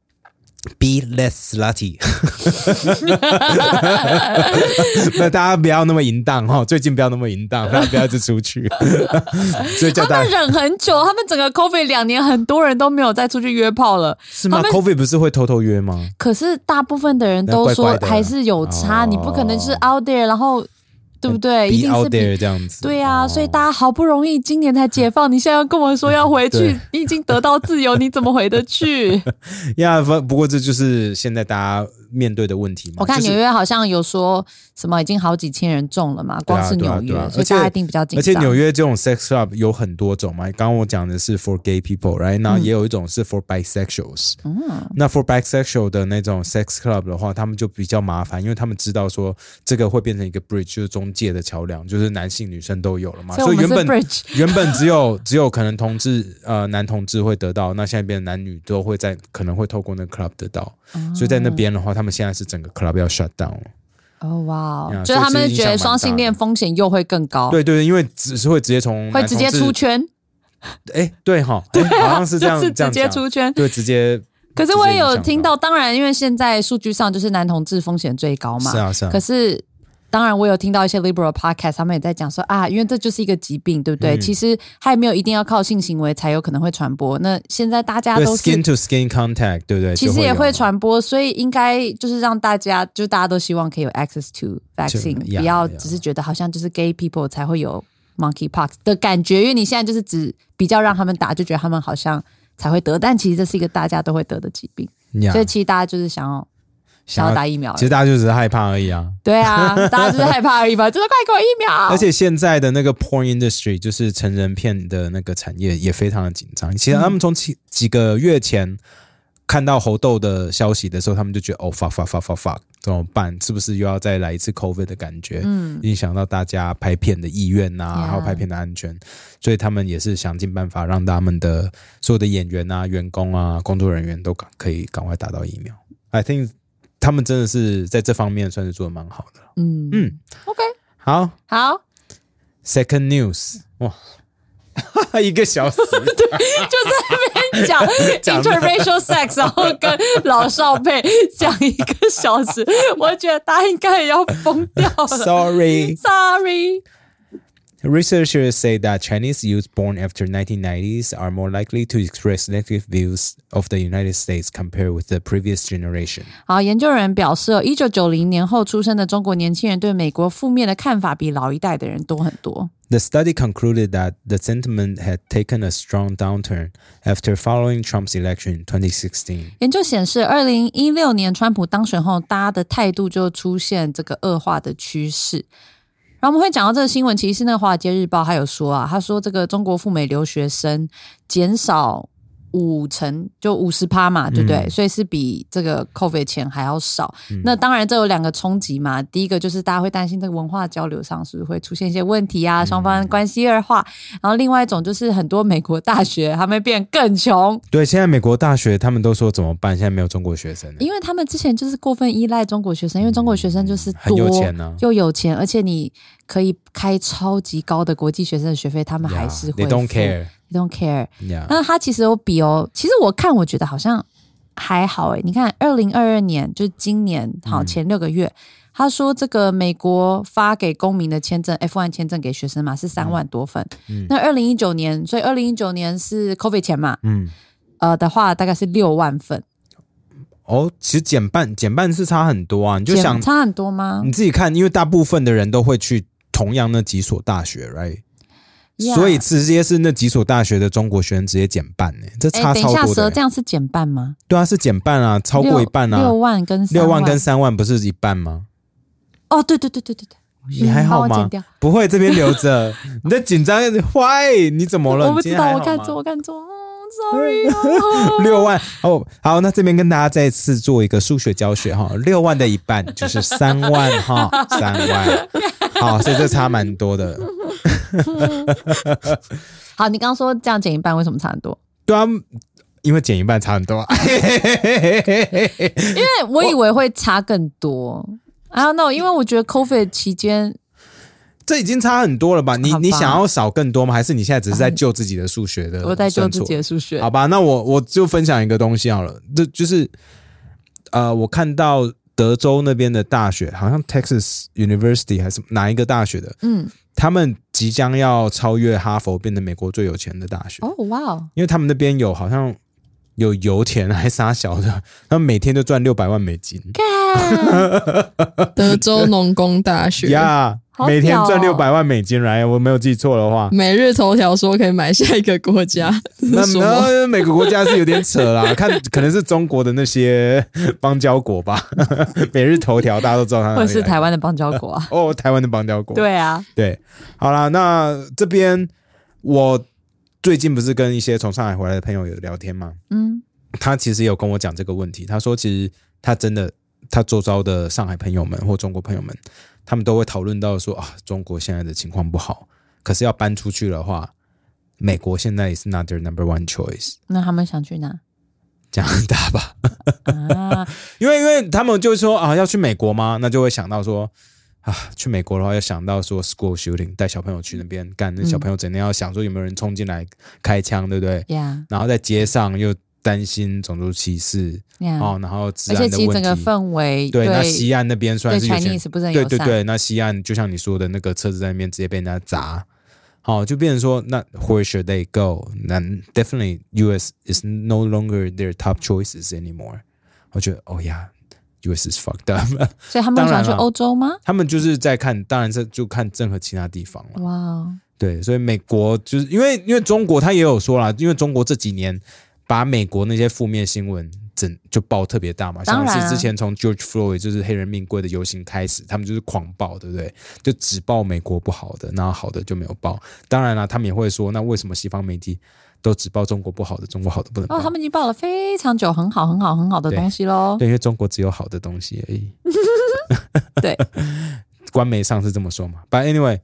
Speaker 2: be less slutty。那大家不要那么淫荡哈，最近不要那么淫荡，大家不要一直出去。所以叫
Speaker 1: 他
Speaker 2: 大
Speaker 1: 们
Speaker 2: 家
Speaker 1: 忍很久，他们整个 COVID 两年，很多人都没有再出去约炮了。
Speaker 2: 是吗
Speaker 1: 他们
Speaker 2: ？COVID 不是会偷偷约吗？
Speaker 1: 可是大部分的人都
Speaker 2: 那怪
Speaker 1: 说
Speaker 2: 怪的
Speaker 1: 还是有差，
Speaker 2: 哦
Speaker 1: 你不可能是 out there，然后对不对？呃一定
Speaker 2: be
Speaker 1: 是
Speaker 2: out
Speaker 1: 比
Speaker 2: there 这样子。
Speaker 1: 对呀、
Speaker 2: 哦
Speaker 1: 所以大家好不容易今年才解放，你现在要跟我说要回去
Speaker 2: 对，
Speaker 1: 你已经得到自由，你怎么回得 去？
Speaker 2: 呀，不不过这就是现在大家面对的问题嘛。
Speaker 1: 我看
Speaker 2: 就是
Speaker 1: 纽约好像有说什么已经好几千人中了嘛，光是
Speaker 2: 对啊
Speaker 1: 纽约，
Speaker 2: 对啊对啊
Speaker 1: 所以
Speaker 2: 而且
Speaker 1: 大家一定比较紧
Speaker 2: 而且
Speaker 1: 张。
Speaker 2: 纽约这种 sex club 有很多种嘛，刚刚我讲的是 for gay people，right？那也有一种是 for bisexuals。
Speaker 1: 嗯
Speaker 2: 那 for bisexual 的那种 sex club 的话，他们就比较麻烦，因为他们知道说这个会变成一个 bridge，就是中介的桥梁，就是男性女生都有了嘛。
Speaker 1: 所以我
Speaker 2: 所
Speaker 1: 们
Speaker 2: 以原
Speaker 1: 是
Speaker 2: 本
Speaker 1: bridge，
Speaker 2: 原本只有只有可能同志呃男同志会得到，那现在变成男女都会在可能会透过那个 club 得到，所以在那边的话，他们现在是整个 club 要 shut down 了。
Speaker 1: 哦哇哦
Speaker 2: 呀
Speaker 1: 就是他
Speaker 2: 啊所以
Speaker 1: 们
Speaker 2: 其
Speaker 1: 觉
Speaker 2: 实影响
Speaker 1: 得
Speaker 2: 蛮
Speaker 1: 双性
Speaker 2: 大的
Speaker 1: 恋风险又会更高，
Speaker 2: 对对对，因为只是会直接从
Speaker 1: 会
Speaker 2: 男
Speaker 1: 直接
Speaker 2: 同志
Speaker 1: 出圈，啊
Speaker 2: 哎、对哈，哎好像是这样，
Speaker 1: 就是
Speaker 2: 这
Speaker 1: 直
Speaker 2: 样
Speaker 1: 接
Speaker 2: 讲
Speaker 1: 出圈。
Speaker 2: 对，直接
Speaker 1: 可是我也有听
Speaker 2: 到
Speaker 1: 到，当然，因为现在数据上就是男同志风险最高嘛。
Speaker 2: 是啊是啊
Speaker 1: 可，是，当然我有听到一些 liberal podcast，他们也在讲说啊，因为这就是一个疾病，对不对？
Speaker 2: 嗯
Speaker 1: 其实它也没有一定要靠性行为才有可能会传播。那现在大家
Speaker 2: 对
Speaker 1: 都是
Speaker 2: skin。to skin contact，对不对？
Speaker 1: 其
Speaker 2: 就
Speaker 1: 实也
Speaker 2: 有啊
Speaker 1: 会。传播，所以应该就是让大家，就大家都希望可以有 access to vaccine，
Speaker 2: 就呀
Speaker 1: 不要
Speaker 2: 呀
Speaker 1: 只是觉得好像就是 gay people 才会有 monkeypox 的感觉，因为你现在就是只比较让他们打，就觉得他们好像才会得，但其实这是一个大家都会得的疾病。
Speaker 2: 呀
Speaker 1: 所以其实大家就是想要想要打疫苗而已
Speaker 2: 其实大家就只是害怕而已啊。
Speaker 1: 对 啊，大家就是害怕而已嘛，就是快给我疫苗。
Speaker 2: 而且现在的那个 porn industry，就是成人片的那个产业也非常的紧张。其实他们从几几个月前看到猴豆的消息的时候，他们就觉得哦 fuck fuck fuck fuck fuck，怎么办？是不是又要再来一次 covid 的感觉？嗯，影响到大家拍片的意愿呐、
Speaker 1: Yeah
Speaker 2: 还有拍片的安全，所以他们也是想尽办法让他们的所有的演员啊、员工啊、工作人员都赶可以赶快打到疫苗。I think 他们真的是在这方面算是做的蛮好的。
Speaker 1: 嗯
Speaker 2: 嗯
Speaker 1: ，OK，
Speaker 2: 好
Speaker 1: 好，
Speaker 2: ，second news，哇。一个小时，
Speaker 1: 就在那边讲 interracial sex，然后跟老少配讲一个小时， 我觉得他应该也要疯掉了。
Speaker 2: Sorry.
Speaker 1: Sorry，
Speaker 2: Researchers say that Chinese youth born after 1990s are more likely to express negative views of the United States compared with the previous generation.
Speaker 1: 好，研究人员表示，哦一九九零年后出生的中国年轻人对美国负面的看法比老一代的人多很多。
Speaker 2: The study concluded that the sentiment had taken a strong downturn after following Trump's election in 2016.
Speaker 1: 研究显示，二零一六年川普当选后，大家的态度就出现这个恶化的趋势。然后我们会讲到这个新闻，其实是那个《华尔街日报》还有说啊，他说这个中国赴美留学生减少五成，就五十趴嘛，对不对？所以是比这个 COVID 前还要少。那当然，这有两个冲击嘛。第一个就是大家会担心这个文化交流上是不是会出现一些问题啊，双方关系恶化。然后另外一种就是很多美国大学他们变更穷，
Speaker 2: 对，现在美国大学他们都说怎么办？现在没有中国学生了。
Speaker 1: 因为他们之前就是过分依赖中国学生，因为中国学生就是
Speaker 2: 嗯很
Speaker 1: 多
Speaker 2: 有钱啊
Speaker 1: 又有钱，而且你可以开超级高的国际学生的学费，他们还是
Speaker 2: Yeah,
Speaker 1: 会
Speaker 2: they don't
Speaker 1: 付
Speaker 2: care.
Speaker 1: they don't care。
Speaker 2: Yeah.
Speaker 1: 那他其实有比哦，其实我看我觉得好像还好诶。你看，二零二二年就是今年
Speaker 2: 嗯
Speaker 1: 好前六个月，他说这个美国发给公民的签证 F1 签证给学生嘛是三
Speaker 2: 嗯
Speaker 1: 万多份，那二零一九年，所以二零一九年是 COVID 前嘛，
Speaker 2: 嗯，
Speaker 1: 呃的话大概是六万份，
Speaker 2: 哦，其实减半，减半是差很多啊。你就
Speaker 1: 减
Speaker 2: 想
Speaker 1: 差很多吗？
Speaker 2: 你自己看，因为大部分的人都会去同样那几所大学，right？
Speaker 1: Yeah
Speaker 2: 所以直接是那几所大学的中国学生直接减半呢、这
Speaker 1: 哎，
Speaker 2: 差
Speaker 1: 等一
Speaker 2: 超
Speaker 1: 下，
Speaker 2: 多的、欸
Speaker 1: 蛇这样是减半吗？
Speaker 2: 对啊，是减半啊，超过一半啊，
Speaker 1: 六六万跟三
Speaker 2: 六万跟三万不是一半吗？
Speaker 1: 哦，对对对对对对，
Speaker 2: 你还
Speaker 1: 嗯帮
Speaker 2: 好
Speaker 1: 我
Speaker 2: 吗
Speaker 1: 剪掉？
Speaker 2: 不会，这边留 着。你在紧张？Why？你怎么了？
Speaker 1: 我不
Speaker 2: 你今
Speaker 1: 知
Speaker 2: 天还
Speaker 1: 道，我
Speaker 2: 好吗哎
Speaker 1: 看错，我看错，嗯，sorry 哦
Speaker 2: 六万哦，好，那这边跟大家再次做一个数学教学哈，六万的一半就是三万哈，三 万，好，所以这差蛮多的。
Speaker 1: 好，你刚刚说这样减一半，为什么差很多？
Speaker 2: 对啊，因为减一半差很多啊。
Speaker 1: 因为哎我以为会差更多。I don't know，因为我觉得 COVID 期间，
Speaker 2: 这已经差很多了吧？你
Speaker 1: 好吧嗯
Speaker 2: 你想要少更多吗？还是你现在只是在救自己的数学的？
Speaker 1: 我在救自己的。数学
Speaker 2: 好。吧，那我我就分享一个东西好了，这就是呃，我看到德州那边的大学，好像 Texas University 还是哪一个大学的，
Speaker 1: 嗯，
Speaker 2: 他们即将要超越哈佛，变成美国最有钱的大学，
Speaker 1: 哦，哇 哦，
Speaker 2: 因为他们那边有好像有油田还啥小的， 他们每天都赚六百万美金。
Speaker 1: 干
Speaker 4: 德 州农工大学，
Speaker 2: 呀
Speaker 1: 好
Speaker 2: 每天
Speaker 1: 屌
Speaker 2: 赚六
Speaker 1: 哦
Speaker 2: 百万美金来，我没有记错的话
Speaker 4: 每日头条说可以买下一个国家，
Speaker 2: 那
Speaker 4: 什么？
Speaker 2: 那每个国家是有点 扯啦，看可能是中国的那些 邦交国吧， 每日头条大家都知道它，
Speaker 1: 或者是台湾的邦交 国啊？
Speaker 2: 啊哦，台湾的邦交国，
Speaker 1: 对啊，
Speaker 2: 对，好啦，那这边我最近不是跟一些从上海回来的朋友有聊天吗？
Speaker 1: 嗯，
Speaker 2: 他其实有跟我讲这个问题，他说其实他真的，他周遭的上海朋友们或中国朋友们，他们都会讨论到说啊，中国现在的情况不好，可是要搬出去的话，美国现在也是 not their number one choice，
Speaker 1: 那他们想去哪
Speaker 2: 加拿大吧，
Speaker 1: 啊？
Speaker 2: 因为因为他们就说啊要去美国吗？那就会想到说。啊，去美国的话，要想到说 school shooting，带小朋友去那边干，那小朋友整天要想说有没有人冲进来开枪，对不对？
Speaker 1: 呀
Speaker 2: 然后在街上又担心种族歧视，
Speaker 1: 呀
Speaker 2: 哦，，然后
Speaker 1: 嗯
Speaker 2: 治
Speaker 1: 而且
Speaker 2: 安的
Speaker 1: 其实
Speaker 2: 问
Speaker 1: 整
Speaker 2: 题
Speaker 1: 个。氛围
Speaker 2: 对，那西岸那边虽然
Speaker 1: 对
Speaker 2: 是有些人
Speaker 1: Chinese 不是很
Speaker 2: 对
Speaker 1: 友
Speaker 2: 对
Speaker 1: 善，
Speaker 2: 对，那西岸就像你说的那个车子在那边直接被人家砸，好，就变成说，那 where should they go？那 definitely U.S. is no longer their top choices anymore。我觉得，哦呀，U.S. is fucked up。
Speaker 1: 所以他们
Speaker 2: 当然
Speaker 1: 想去
Speaker 2: 了
Speaker 1: 欧洲吗？
Speaker 2: 他们就是在看，当然是就看任何其他地方了。
Speaker 1: 哇哦，
Speaker 2: 对，所以美国就是因为因为中国他也有说啦，因为中国这几年把美国那些负面新闻整就爆特别大嘛，
Speaker 1: 当
Speaker 2: 像
Speaker 1: 然啊
Speaker 2: 是之前从 George Floyd 就是黑人命贵的游行开始，他们就是狂爆，对不对？就只报美国不好的，然后好的就没有报。当然啦，他们也会说，那为什么西方媒体都只报中国不好的，中国好的不能报？
Speaker 1: 哦，他们已经报了非常久，很好、很好、很好的
Speaker 2: 对
Speaker 1: 东西喽。
Speaker 2: 对，因为中国只有好的东西而已。
Speaker 1: 对，
Speaker 2: 官媒上是这么说嘛。But anyway，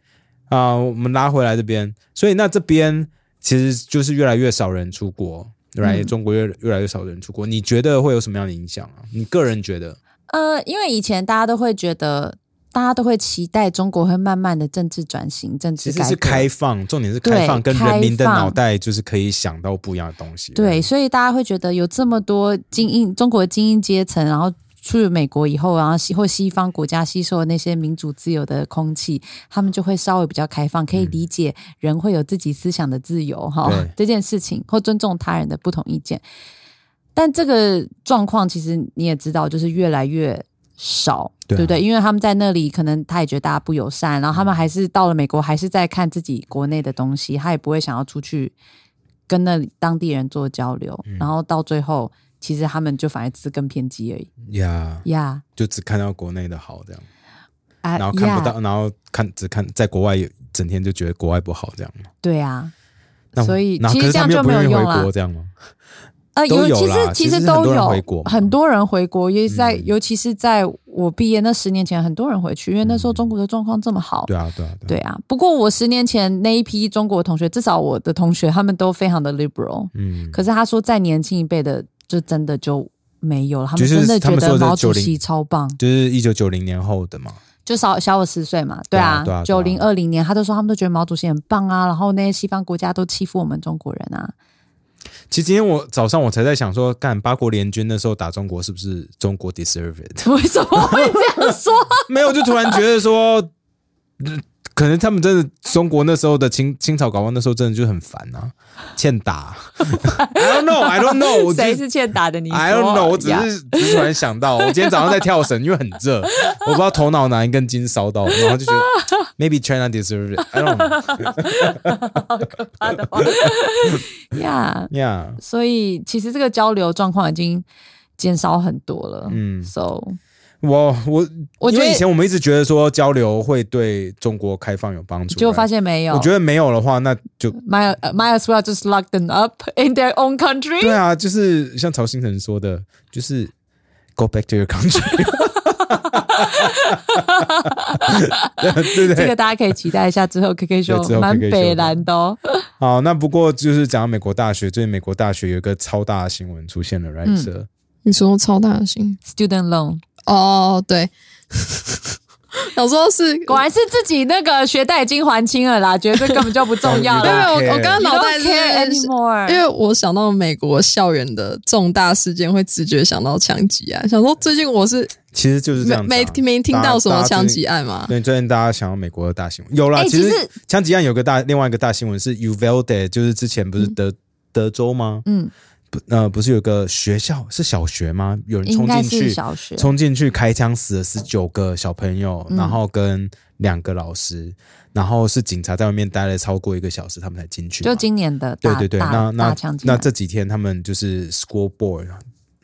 Speaker 2: 啊、我们拉回来这边，所以那这边其实就是越来越少人出国，来、中国越越来越少人出国，你觉得会有什么样的影响啊？你个人觉得？
Speaker 1: 呃，因为以前大家都会觉得。大家都会期待中国会慢慢的政治转型、政治
Speaker 2: 其
Speaker 1: 改
Speaker 2: 实
Speaker 1: 革。
Speaker 2: 是开放，重点是开放，
Speaker 1: 对
Speaker 2: 跟人民的
Speaker 1: 开放
Speaker 2: 脑袋就是可以想到不一样的东西。
Speaker 1: 对，，所以大家会觉得有这么多精英，中国的精英阶层，然后去美国以后，然后西或西方国家吸收的那些民主自由的空气，他们就会稍微比较开
Speaker 2: 嗯
Speaker 1: 放，可以理解人会有自己思想的自由哈、
Speaker 2: 对
Speaker 1: 这件事情，或尊重他人的不同意见。但这个状况其实你也知道，就是越来越少，
Speaker 2: 对啊嗯
Speaker 1: 不对？因为他们在那里，可能他也觉得大家不友善，然后他们还是到了美国，还是在看自己国内的东西，他也不会想要出去跟那里当地人做交流，
Speaker 2: 嗯
Speaker 1: 然后到最后，其实他们就反而只是更偏激而已
Speaker 2: 嗯呀
Speaker 1: 呀。
Speaker 2: 就只看到国内的好这样，
Speaker 1: 啊，
Speaker 2: 然后看不
Speaker 1: 呀
Speaker 2: 到，然后看只看在国外有，整天就觉得国外不好这样。
Speaker 1: 对啊
Speaker 2: 那，我
Speaker 1: 所以
Speaker 2: 然后
Speaker 1: 其
Speaker 2: 可
Speaker 1: 实
Speaker 2: 是
Speaker 1: 这
Speaker 2: 他
Speaker 1: 样
Speaker 2: 们
Speaker 1: 就
Speaker 2: 又
Speaker 1: 没
Speaker 2: 不
Speaker 1: 有
Speaker 2: 愿意
Speaker 1: 用
Speaker 2: 回
Speaker 1: 了
Speaker 2: 国。这样吗？
Speaker 1: 呃，
Speaker 2: 都有
Speaker 1: 其实
Speaker 2: 啦
Speaker 1: 其
Speaker 2: 其实很
Speaker 1: 都
Speaker 2: 多人
Speaker 1: 有
Speaker 2: 回国嘛
Speaker 1: 很多人回国，尤其在、
Speaker 2: 嗯
Speaker 1: 尤其是在我毕业那十年前，很多人回去，因为那时候
Speaker 2: 嗯
Speaker 1: 中国的状况这么好。
Speaker 2: 对啊，对啊，对啊。
Speaker 1: 对啊，不过我十年前那一批中国同学，至少我的同学他们都非常的 liberal，
Speaker 2: 嗯，
Speaker 1: 可是他说再年轻一辈的就真的就没有了，他
Speaker 2: 就
Speaker 1: 们
Speaker 2: 是
Speaker 1: 真的
Speaker 2: 他
Speaker 1: 觉
Speaker 2: 们
Speaker 1: 得
Speaker 2: 说的
Speaker 1: 毛主
Speaker 2: 90
Speaker 1: 席超棒，
Speaker 2: 就是一九九零年后的嘛，
Speaker 1: 就少小我十岁嘛，对
Speaker 2: 对啊
Speaker 1: 啊
Speaker 2: 对啊，对
Speaker 1: 九
Speaker 2: 啊
Speaker 1: 零二零年他都说他们都觉得毛主席很棒啊，然后那些西方国家都欺负我们中国人 啊，
Speaker 2: 其实今天我早上我才在想说，干八国联军那时候打中国是不是中国 deserve it？
Speaker 1: 为什么会这样说？
Speaker 2: 没有，就突然觉得说， 嗯可能他们真的中国那时候的清清朝搞完那时候真的就很烦啊，欠 打。I don't know, I don't know，我就
Speaker 1: 谁是欠打的？你说
Speaker 2: I don't know，我只
Speaker 1: 呀
Speaker 2: 是只是突然想到，我今天早上在跳绳，因为很热，我不知道头脑哪一根筋烧到，然后就觉得 maybe China deserve it。I don't know.
Speaker 1: 他的话呀。
Speaker 2: Yeah，
Speaker 1: 所以其实这个交流状况已经减少很多了。
Speaker 2: 嗯
Speaker 1: 嗯，so
Speaker 2: 我我
Speaker 1: 我
Speaker 2: 因
Speaker 1: 觉
Speaker 2: 为以
Speaker 1: 得
Speaker 2: 前我们一直觉得说交流会对中国开放有帮助，
Speaker 1: 就发
Speaker 2: right？
Speaker 1: 现没有，
Speaker 2: 我觉得没有的话，那就
Speaker 1: might uh, might as well just lock them up in their own country
Speaker 2: 对啊，就是像曹星辰说的，就是 go back to your country。对对
Speaker 1: 这
Speaker 2: 对
Speaker 1: 个，大家可以期待一下，之后 K K
Speaker 2: 对之
Speaker 1: 说
Speaker 2: 后
Speaker 1: 蛮北
Speaker 2: KK 秀的
Speaker 1: 蓝的哦。
Speaker 2: 好，那不过就是讲到美国大学，最近美国大学有一个超大的新闻出现了，right？
Speaker 1: 嗯
Speaker 2: Sir？
Speaker 4: 你说超大型
Speaker 1: Student loan
Speaker 4: 哦，对，想说是
Speaker 1: 果然是自己那个学贷已经还清了啦，觉得这根本就不重要
Speaker 4: 没
Speaker 1: 了
Speaker 4: 有，没
Speaker 2: 对。
Speaker 4: 有，
Speaker 2: care
Speaker 4: 我我刚刚
Speaker 1: You
Speaker 4: 脑
Speaker 1: don't
Speaker 4: 袋
Speaker 1: care
Speaker 4: 是。因
Speaker 1: anymore。
Speaker 4: 为我想到美国校园的重大事件，会直觉想到枪击案。想说最近我是
Speaker 2: 其实就是这
Speaker 4: 没
Speaker 2: 样子啊、
Speaker 4: 没没听到什么枪击
Speaker 2: 案。
Speaker 4: 案嘛，
Speaker 2: 对，最近大家想要美国的大新闻有啦，
Speaker 1: 哎
Speaker 2: 其
Speaker 1: 其
Speaker 2: 实
Speaker 1: 实
Speaker 2: 枪击案有个大另外一个大新闻是 Uvalde，就是之前不是德、德州吗？
Speaker 1: 嗯，
Speaker 2: 不，呃，不是有个学校是小学吗？有人
Speaker 1: 应
Speaker 2: 冲
Speaker 1: 该
Speaker 2: 进
Speaker 1: 是
Speaker 2: 去，
Speaker 1: 小学。
Speaker 2: 冲进去开枪死了十九个小朋友，
Speaker 1: 嗯
Speaker 2: 然后跟两个老师，然后是警察在外面待了超过一个小时，他们才进去嘛。
Speaker 1: 就今年的
Speaker 2: 对
Speaker 1: 大
Speaker 2: 对对，
Speaker 1: 大
Speaker 2: 那那
Speaker 1: 大枪击
Speaker 2: 那
Speaker 1: 案
Speaker 2: 这几天他们就是 school board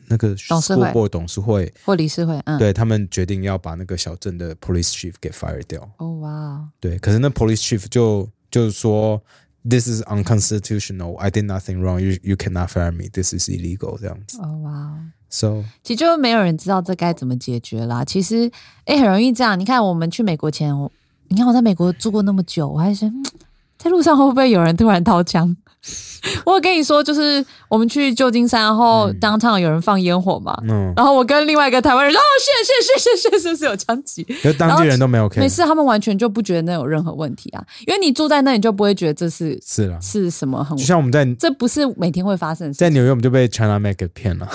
Speaker 2: 那个
Speaker 1: 董事会
Speaker 2: school board 董事会，
Speaker 1: 或理事会，嗯，，
Speaker 2: 对他们决定要把那个小镇的 police chief 给 fire 掉。
Speaker 1: 哦哇，
Speaker 2: 对，可是那 police chief 就就说 this is unconstitutional, I did nothing wrong, you you cannot fire me, this is illegal 这样子。
Speaker 1: 哦哇。
Speaker 2: So
Speaker 1: 其实就没有人知道这该怎么解决啦。其实，哎、很容易这样。你看，我们去美国前，我你看我在美国住过那么久，我还想嗯在路上会不会有人突然掏枪？ 我有跟你说，就是我们去旧金山，然后当场有人放烟火嘛，
Speaker 2: 嗯，
Speaker 1: 然后我跟另外一个台湾人说，哦，是是是是是是有枪击，
Speaker 2: 就当地人都没有 care，
Speaker 1: 没事，他们完全就不觉得那有任何问题啊，因为你住在那，你就不会觉得这是
Speaker 2: 是啦，
Speaker 1: 是什么很
Speaker 2: 就，像我们在
Speaker 1: 这不是每天会发生的事
Speaker 2: 在纽约，我们就被 China Mac 给骗 了。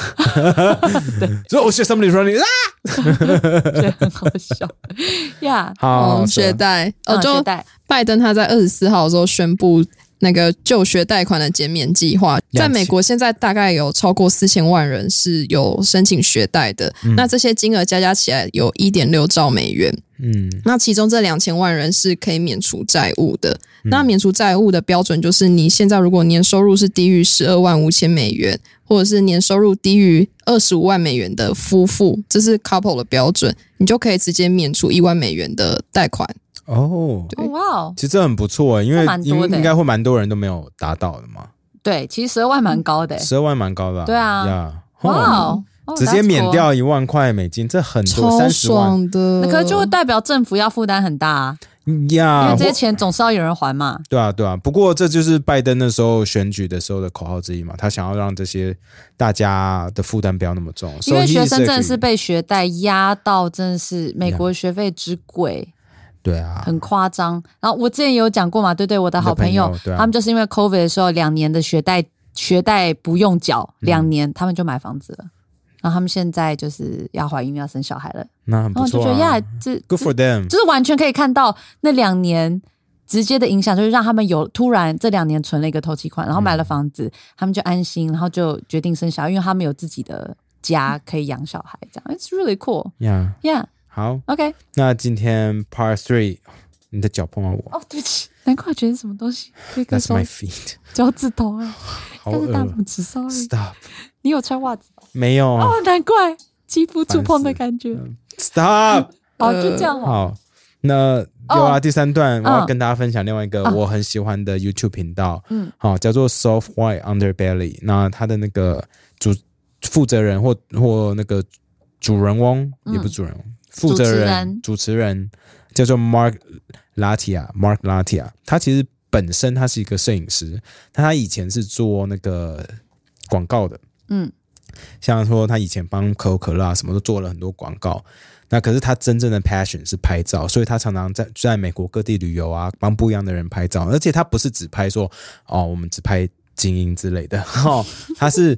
Speaker 2: 所以我 shit somebody running 啊，
Speaker 1: 觉得很好笑 呀。
Speaker 2: 好
Speaker 4: 哦，
Speaker 2: 啊
Speaker 4: 学贷，哦，
Speaker 1: 嗯
Speaker 4: 就
Speaker 1: 学贷
Speaker 4: 拜登他在二十四号的时候宣布那个就学贷款的减免计划，
Speaker 2: 两千
Speaker 4: 在美国现在大概有超过四千万人是有申请学贷的，那这些金额加加起来有一点六兆美元，
Speaker 2: 嗯
Speaker 4: 那其中这两千万人是可以免除债务的。
Speaker 2: 嗯
Speaker 4: 那免除债务的标准就是，你现在如果年收入是低于十二万五千美元，或者是年收入低于二十五万美元的夫妇，这是 couple 的标准，你就可以直接免除一万美元的贷款。
Speaker 2: 哦，
Speaker 1: 哦哇哦，
Speaker 2: 其实这很不错欸，因为
Speaker 1: 这蛮多
Speaker 2: 因为
Speaker 1: 的欸
Speaker 2: 应该会蛮多人都没有达到的嘛，
Speaker 1: 对，其实十二万蛮高的欸、
Speaker 2: 十二万蛮高的，
Speaker 1: 对啊
Speaker 2: 呀，
Speaker 1: 哇、
Speaker 2: 哦
Speaker 1: 哦，哦
Speaker 2: 直接免。
Speaker 1: that's cool
Speaker 2: 掉嗯一万块美金，这很多
Speaker 4: 超
Speaker 2: 三十万
Speaker 4: 爽的，
Speaker 1: 那可是就代表政府要负担很大啊，因
Speaker 2: 呀
Speaker 1: 为这些钱总是要有人还嘛。
Speaker 2: 对啊，对啊。不过这就是拜登那时候选举的时候的口号之一嘛，他想要让这些大家的负担不要那么重。
Speaker 1: 因为
Speaker 2: So he
Speaker 1: 学
Speaker 2: is
Speaker 1: 生真的是
Speaker 2: agree
Speaker 1: 被学贷压到，真的是美国学费之贵，
Speaker 2: 对啊，
Speaker 1: 很夸张。然后我之前有讲过嘛，对对，我的好朋
Speaker 2: 你的
Speaker 1: 友
Speaker 2: 朋友对，啊
Speaker 1: 他们就是因为 COVID 的时候两年的学贷学贷不用缴，
Speaker 2: 嗯
Speaker 1: 两年他们就买房子了。然后他们现在就是要怀孕要生小孩了，
Speaker 2: 那
Speaker 1: 然
Speaker 2: 很
Speaker 1: 后
Speaker 2: 不
Speaker 1: 我哦就
Speaker 2: 错
Speaker 1: 觉得
Speaker 2: 啊
Speaker 1: 呀，这
Speaker 2: Good for them。
Speaker 1: 就是完全可以看到那两年直接的影响，就是让他们有突然这两年存了一个头期款，然后买
Speaker 2: 嗯
Speaker 1: 了房子，他们就安心，然后就决定生小孩，因为他们有自己的家可以养小孩，这样 it's really cool。
Speaker 2: 呀
Speaker 1: Yeah,
Speaker 2: 好，
Speaker 1: OK。
Speaker 2: 那今天 Part Three，你的脚碰到我
Speaker 1: 哦，对不起，难怪觉得什么东西可以 跟
Speaker 2: ，That's
Speaker 1: 手
Speaker 2: my feet，
Speaker 1: 脚趾头啊，
Speaker 2: 好
Speaker 1: 但是
Speaker 2: 恶
Speaker 1: 大
Speaker 2: 啊
Speaker 1: 拇指 sorry。
Speaker 2: ，Stop，
Speaker 1: 你有穿袜子吗
Speaker 2: 没有啊
Speaker 1: 哦，难怪肌肤触碰的
Speaker 2: 烦死
Speaker 1: 感觉。
Speaker 2: ，Stop，
Speaker 1: 好，哦就这样了。
Speaker 2: 好。那有啊，
Speaker 1: 哦
Speaker 2: 第三段我要
Speaker 1: 嗯
Speaker 2: 跟大家分享另外一个
Speaker 1: 啊
Speaker 2: 我很喜欢的 YouTube 频道，
Speaker 1: 嗯，
Speaker 2: 好、叫做 Soft White Underbelly。那他的那个主负责人或或那个主人翁、
Speaker 1: 嗯
Speaker 2: 也不是主人翁，负责人主持人叫做 Mark Latia，Mark Latia。他其实本身他是一个摄影师，但他以前是做那个广告的，
Speaker 1: 嗯，
Speaker 2: 像说他以前帮可口可乐啊什么都做了很多广告。那可是他真正的 passion 是拍照，所以他常常在在美国各地旅游啊，帮不一样的人拍照，而且他不是只拍说哦，我们只拍精英之类的， 哦，他是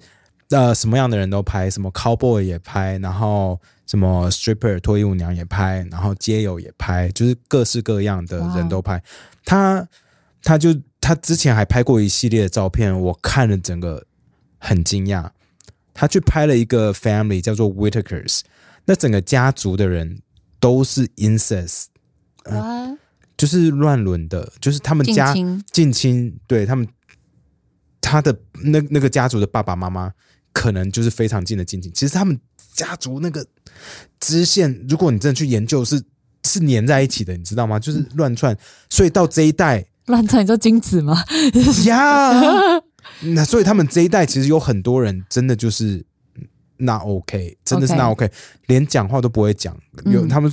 Speaker 2: 呃什么样的人都拍，什么 cowboy 也拍，然后什么 stripper 脱衣舞娘也拍，然后街友也拍，就是各式各样的人都拍。他他就他之前还拍过一系列的照片，我看了整个很惊讶。他去拍了一个 family 叫做 Whitakers，那整个家族的人都是 incest，嗯
Speaker 1: 哇
Speaker 2: 就是乱伦的，就是他们
Speaker 1: 近
Speaker 2: 家
Speaker 1: 亲
Speaker 2: 近亲，对他们，他的那那个家族的爸爸妈妈可能就是非常近的近亲。其实他们家族那个支线，如果你真的去研究是，是粘在一起的，你知道吗？就是乱窜，所以到这一代
Speaker 1: 乱穿你说精子吗？
Speaker 2: 呀， 那所以他们这一代其实有很多人真的就是那 OK，真的是那 OK，, 连讲话都不会讲。有、
Speaker 1: 嗯
Speaker 2: 他们，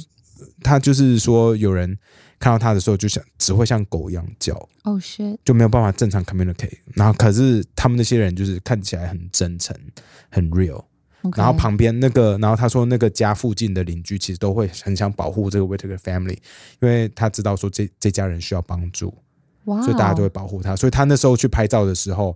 Speaker 2: 他就是说有人看到他的时候，就像只会像狗一样叫。
Speaker 1: 哦、shit，
Speaker 2: 就没有办法正常 communicate。然后可是他们那些人就是看起来很真诚、很 real。然后旁边那个，然后他说那个家附近的邻居其实都会很想保护这个 Whitaker family，因为他知道说这这家人需要帮助，
Speaker 1: 哇，
Speaker 2: 所以大家都会保护他。所以他那时候去拍照的时候，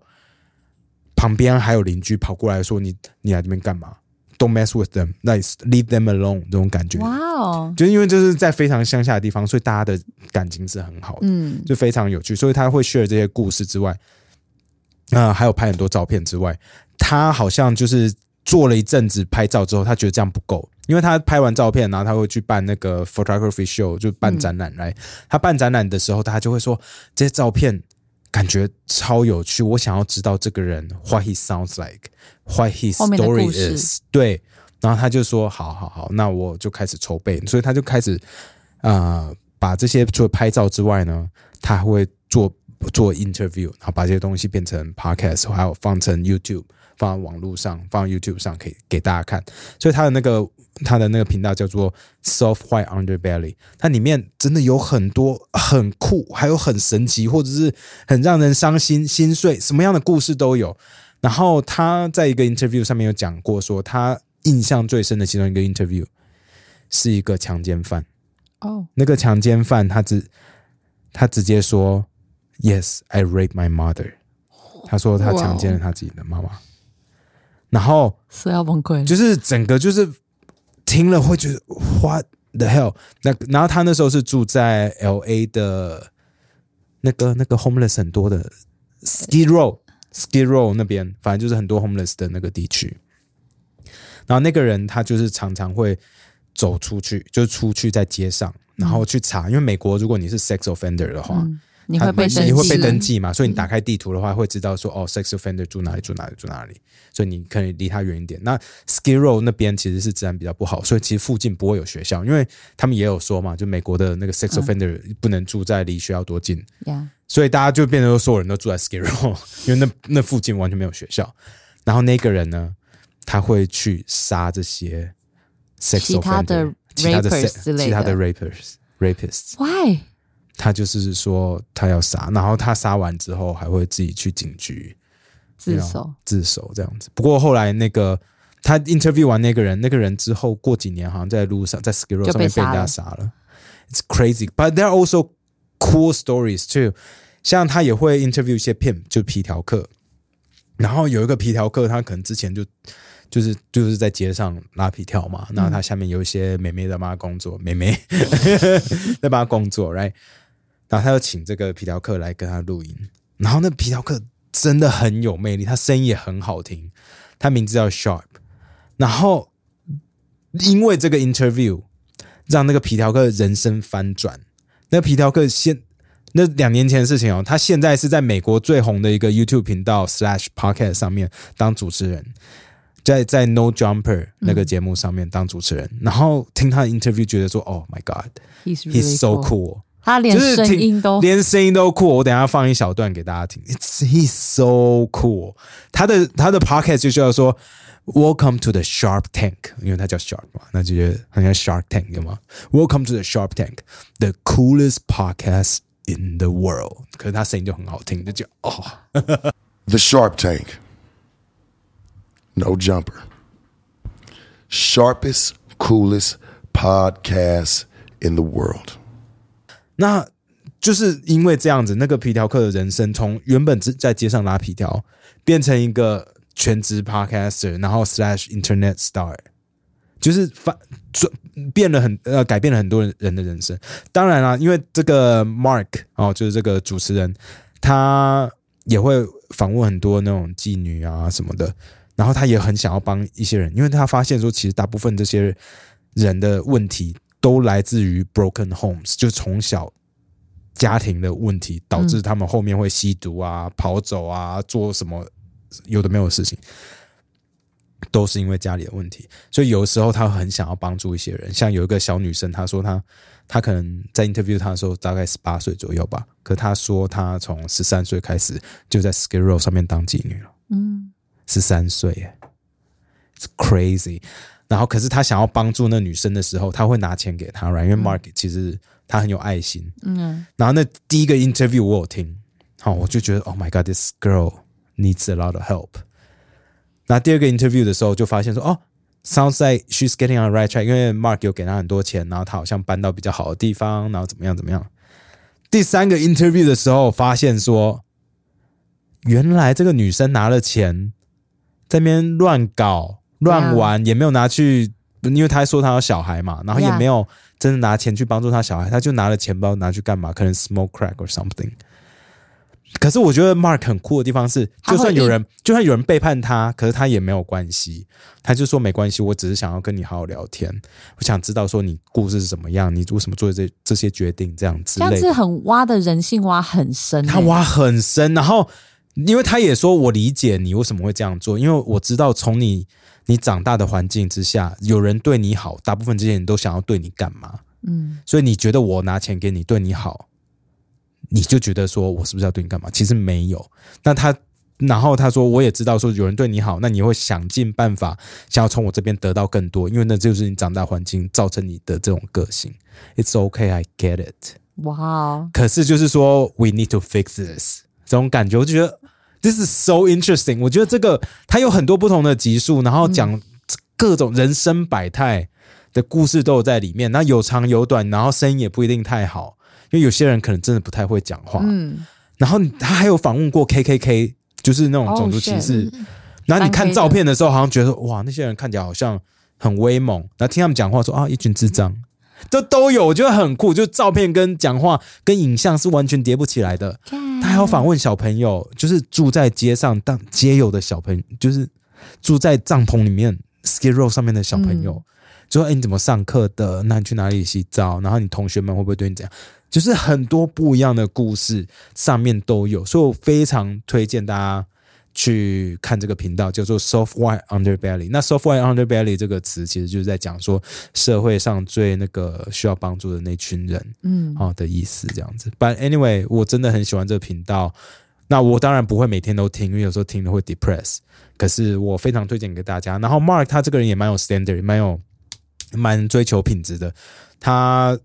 Speaker 2: 旁边还有邻居跑过来说：“你你来这边干嘛？Don't mess with them, like leave them alone。”这种感觉，
Speaker 1: 哇哦，
Speaker 2: 就是因为就是在非常乡下的地方，所以大家的感情是很好的。
Speaker 1: 嗯，
Speaker 2: 就非常有趣。所以他会 share 这些故事之外，呃，还有拍很多照片之外，他好像就是做了一阵子拍照之后，他觉得这样不够，因为他拍完照片，然后他会去办那个 photography show，就办展览来。他办展览的时候，他就会说这些照片。感觉超有趣，我想要知道这个人 what he sounds like, what his
Speaker 1: 后面的故
Speaker 2: story
Speaker 1: 事
Speaker 2: is。对，然后他就说：“好好好，那我就开始筹备。”所以他就开始呃，把这些除了拍照之外呢，他还会做做 interview，然后把这些东西变成 podcast，还有放成 YouTube，放在网络上，放在 YouTube 上可以给大家看。所以他的那个他的那个频道叫做 Soft White Underbelly，它里面真的有很多很酷，还有很神奇，或者是很让人伤心心碎，什么样的故事都有。然后他在一个 interview 上面有讲过说，他印象最深的其中一个 interview 是一个强奸犯。
Speaker 1: 哦，
Speaker 2: 那个强奸犯他直他直接说，Yes, I raped my mother。他说他强奸了他自己的妈妈，然后
Speaker 1: 是要崩溃了。
Speaker 2: 就是整个就是听了会觉得 What the hell？那然后他那时候是住在 L A 的那个那个 homeless 很多的 Skid Row Skid Row 那边，反正就是很多 homeless 的那个地区。然后那个人他就是常常会走出去，就是出去在街上，然后去查，因为美国如果你是 sex offender 的话，
Speaker 1: 嗯，你会被
Speaker 2: 啊
Speaker 1: 登
Speaker 2: 你会被
Speaker 1: 记
Speaker 2: 登记嘛？所以你打开地图的话，会知道说哦，sex offender 住哪里，住哪里，住哪里，所以你可以离他远一点。那 Skid Row 那边其实是治安比较不好，所以其实附近不会有学校，因为他们也有说嘛，就美国的那个 sex
Speaker 1: 嗯
Speaker 2: offender 不能住在离学校多近，
Speaker 1: 呀。
Speaker 2: 所以大家就变成说所有人都住在 Skid Row，因 为那那附近完全没有学校。然后那个人呢，他会去杀这些 sex offender，
Speaker 1: 其他的
Speaker 2: 其他的
Speaker 1: rapers
Speaker 2: sex-
Speaker 1: 之类的
Speaker 2: 其他的 rapers rapists。
Speaker 1: Why？
Speaker 2: 他就是说他要杀，然后他杀完之后还会自己去警局
Speaker 1: 自首。
Speaker 2: 自首这样子。不过后来那个他 interview 完那个人，那个人之后过几年好像在路上在 Skid Row
Speaker 1: 就
Speaker 2: 上
Speaker 1: 被
Speaker 2: 面被人
Speaker 1: 杀了
Speaker 2: 家杀了。It's crazy, but there are also cool stories too。像他也会 interview 一些 pimp，就皮条客。然后有一个皮条客，他可能之前就就是就是在街上拉皮条嘛，
Speaker 1: 嗯
Speaker 2: 然后他下面有一些妹妹在帮他工作，妹妹 在帮他工作，right？然后他就请这个皮条客来跟他录音，然后那皮条客真的很有魅力，他声音也很好听，他名字叫 Sharp，然后因为这个 interview 让那个皮条客人生翻转，那皮条客现那两年前的事情哦，他现在是在美国最红的一个 YouTube 频道 slash podcast 上面当主持人，在在 No Jumper 那个节目上面当主持人，然后听他的 interview 觉得说，Oh my God，he's
Speaker 1: He's really
Speaker 2: so cool。
Speaker 1: 他连
Speaker 2: 就是
Speaker 1: 声
Speaker 2: 挺
Speaker 1: 音都
Speaker 2: 连声音都酷。我等一下放一小段给大家听。It's he's so cool。他的他的 podcast 就叫做 Welcome to the Shark Tank，因为他叫 Shark 嘛，那就觉得很像 Shark Tank 有吗？Welcome to the Shark Tank，the coolest podcast in the world。可是他声音就很好听，就觉得哦，
Speaker 5: The Sharp Tank. No jumper. Sharpest, coolest podcast in the world.
Speaker 2: 那就是因为这样子，那个皮条客的人生从原本只在街上拉皮条，变成一个全职 podcaster，然后 slash internet star，就是反转变了很呃，改变了很多人人的人生。当然啦、因为这个 Mark 哦，就是这个主持人，他也会访问很多那种妓女啊什么的，然后他也很想要帮一些人，因为他发现说，其实大部分这些人的问题都来自于 broken homes，就从小家庭的问题导致他们后面会吸毒啊、跑走啊、做什么有的没有的事情，都是因为家里的问题。所以有的时候他很想要帮助一些人，像有一个小女生，她说她她可能在 interview 她的时候大概十八岁左右吧，可她说她从十三岁开始就在 Skid Row 上面当妓女了。
Speaker 1: 嗯，
Speaker 2: 十三岁耶，It's crazy。然后，可是他想要帮助那女生的时候，他会拿钱给她，right？因为 Mark 其实他很有爱心，嗯。然后那第一个 interview 我有听，好，我就觉得 Oh my God，this girl needs a lot of help。那第二个 interview 的时候，就发现说，哦，sounds like she's getting on the right track，因为 Mark 有给她很多钱，然后她好像搬到比较好的地方，然后怎么样怎么样。第三个 interview 的时候，发现说，原来这个女生拿了钱，在那边乱搞乱玩，也没有拿去，因为她说她有小孩嘛，然后也
Speaker 1: Yeah
Speaker 2: 没有真的拿钱去帮助她小孩，她就拿了钱包拿去干嘛？可能 smoke crack or something。可是我觉得 Mark 很酷的地方是，
Speaker 1: 他会
Speaker 2: 就算有人就算有人背叛他，可是他也没有关系，他就说没关系，我只是想要跟你好好聊天，我想知道说你故事是怎么样，你为什么做这这些决定这样之
Speaker 1: 这样
Speaker 2: 类
Speaker 1: 子
Speaker 2: 的。
Speaker 1: 很挖的人性挖很深、欸
Speaker 2: 他，挖很深，然后因为他也说我理解你为什么会这样做，因为我知道从你你长大的环境之下，有人对你好，大部分这些人都想要对你干嘛，
Speaker 1: 嗯，
Speaker 2: 所以你觉得我拿钱给你对你好，你就觉得说我是不是要对你干嘛？其实没有。那他，然后他说我也知道说有人对你好，那你会想尽办法想要从我这边得到更多，因为那就是你长大环境造成你的这种个性。It's okay, I get it。
Speaker 1: 哇哦，
Speaker 2: 可是就是说，we need to fix this 这种感觉，我就觉得 this is so interesting。我觉得这个它有很多不同的集数，然后讲各种人生百态的故事都有在里面，那有长有短，然后声音也不一定太好，因为有些人可能真的不太会讲话。
Speaker 1: 嗯，
Speaker 2: 然后他还有访问过 KKK，就是那种种族歧视。然后你看照片的时候，好像觉得哇，那些人看起来好像很威猛，然后听他们讲话说啊，一群智障，这都有，我觉得很酷。就照片跟讲话跟影像是完全叠不起来的。他还有访问小朋友，就是住在街上当街友的小朋友，就是住在帐篷里面 skid row 上面的小朋友，就说：“哎、你怎么上课的？那你去哪里洗澡？然后你同学们会不会对你怎样？”就是很多不一样的故事上面都有，所以我非常推荐大家去看这个频道，叫做 “Software Underbelly”。那 “Software Underbelly” 这个词其实就是在讲说社会上最那个需要帮助的那群人，
Speaker 1: 嗯，
Speaker 2: 哦的意思这样子。But anyway，我真的很喜欢这个频道。那我当然不会每天都听，因为有时候听了会 depress。可是我非常推荐给大家。然后 Mark 他这个人也蛮有 standard，蛮有蛮追求品质的。他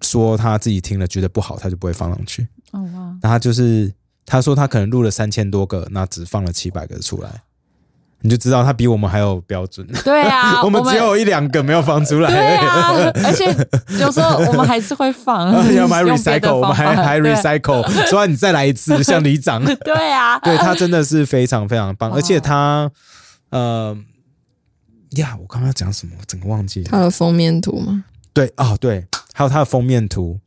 Speaker 2: 说他自己听了觉得不好，他就不会放上去。
Speaker 1: 哦哇，
Speaker 2: 那他就是他说他可能录了三千多个，那只放了七百个出来，你就知道他比我们还有标准。
Speaker 1: 对啊，
Speaker 2: 我们只有一两个没有放出来
Speaker 1: 对
Speaker 2: 而已。，
Speaker 1: 啊，而且有时候我们还是会放
Speaker 2: 要买
Speaker 1: 用别的
Speaker 2: recycle，我们还
Speaker 1: 方法
Speaker 2: 还
Speaker 1: 对啊
Speaker 2: recycle，说你再来一次，像里长。
Speaker 1: 对啊，
Speaker 2: 对他真的是非常非常棒，
Speaker 1: 哦
Speaker 2: 而且他，呃，呀，我刚刚要讲什么，我整个忘记
Speaker 4: 它
Speaker 2: 了。
Speaker 4: 的封面图吗？
Speaker 2: 对哦，对，还有他的封面图，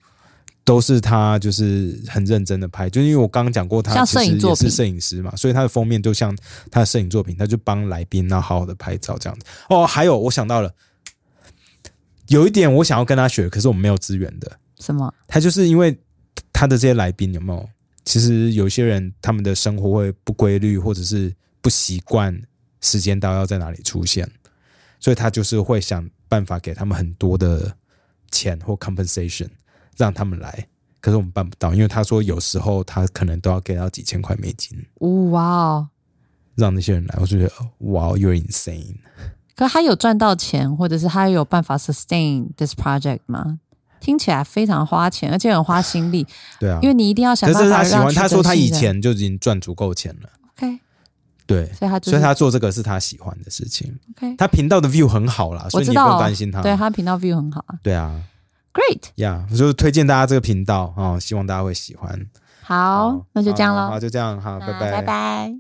Speaker 2: 都是他就是很认真的拍，就因为我刚刚讲过，
Speaker 1: 像
Speaker 2: 他其实
Speaker 1: 摄影作
Speaker 2: 也是
Speaker 1: 品
Speaker 2: 摄影师嘛，所以他的封面就像他的摄影作品，他就帮来宾那好好的拍照这样子。哦，还有我想到了，有一点我想要跟他学，可是我们没有资源的，
Speaker 1: 什么？
Speaker 2: 他就是因为他的这些来宾有没有？其实有些人他们的生活会不规律，或者是不习惯时间到要在哪里出现，所以他就是会想办法给他们很多的钱或 compensation 让他们来。可是我们办不到，因为他说有时候他可能都要给到几千块美金
Speaker 1: 哦哇哦！
Speaker 2: 让那些人来，我就觉得哇，you're insane。
Speaker 1: 可他有赚到钱，或者是他有办法 sustain this project 吗？听起来非常花钱，而且很花心力，
Speaker 2: 对啊，
Speaker 1: 因为你一定要
Speaker 2: 可
Speaker 1: 想
Speaker 2: 是
Speaker 1: 办法让
Speaker 2: 他喜欢，
Speaker 1: 取得
Speaker 2: 他说他以
Speaker 1: 信任
Speaker 2: 前就已经赚足够钱了，
Speaker 1: OK，
Speaker 2: 对，
Speaker 1: 所以他就是
Speaker 2: 所以他做这个是他喜欢的事情。
Speaker 1: OK，
Speaker 2: 他频道的 view 很好啦，所
Speaker 1: 我
Speaker 2: 以
Speaker 1: 知
Speaker 2: 你不用
Speaker 1: 道，
Speaker 2: 担心他。
Speaker 1: 对他频道 view 很好啊
Speaker 2: 对啊，
Speaker 1: ，Great，
Speaker 2: 呀、我就推荐大家这个频道啊、哦希望大家会喜欢。
Speaker 1: 好，那就这样
Speaker 2: 好
Speaker 1: 喽
Speaker 2: 好，，就这样，好，
Speaker 1: 那
Speaker 2: 拜拜，
Speaker 1: 拜拜。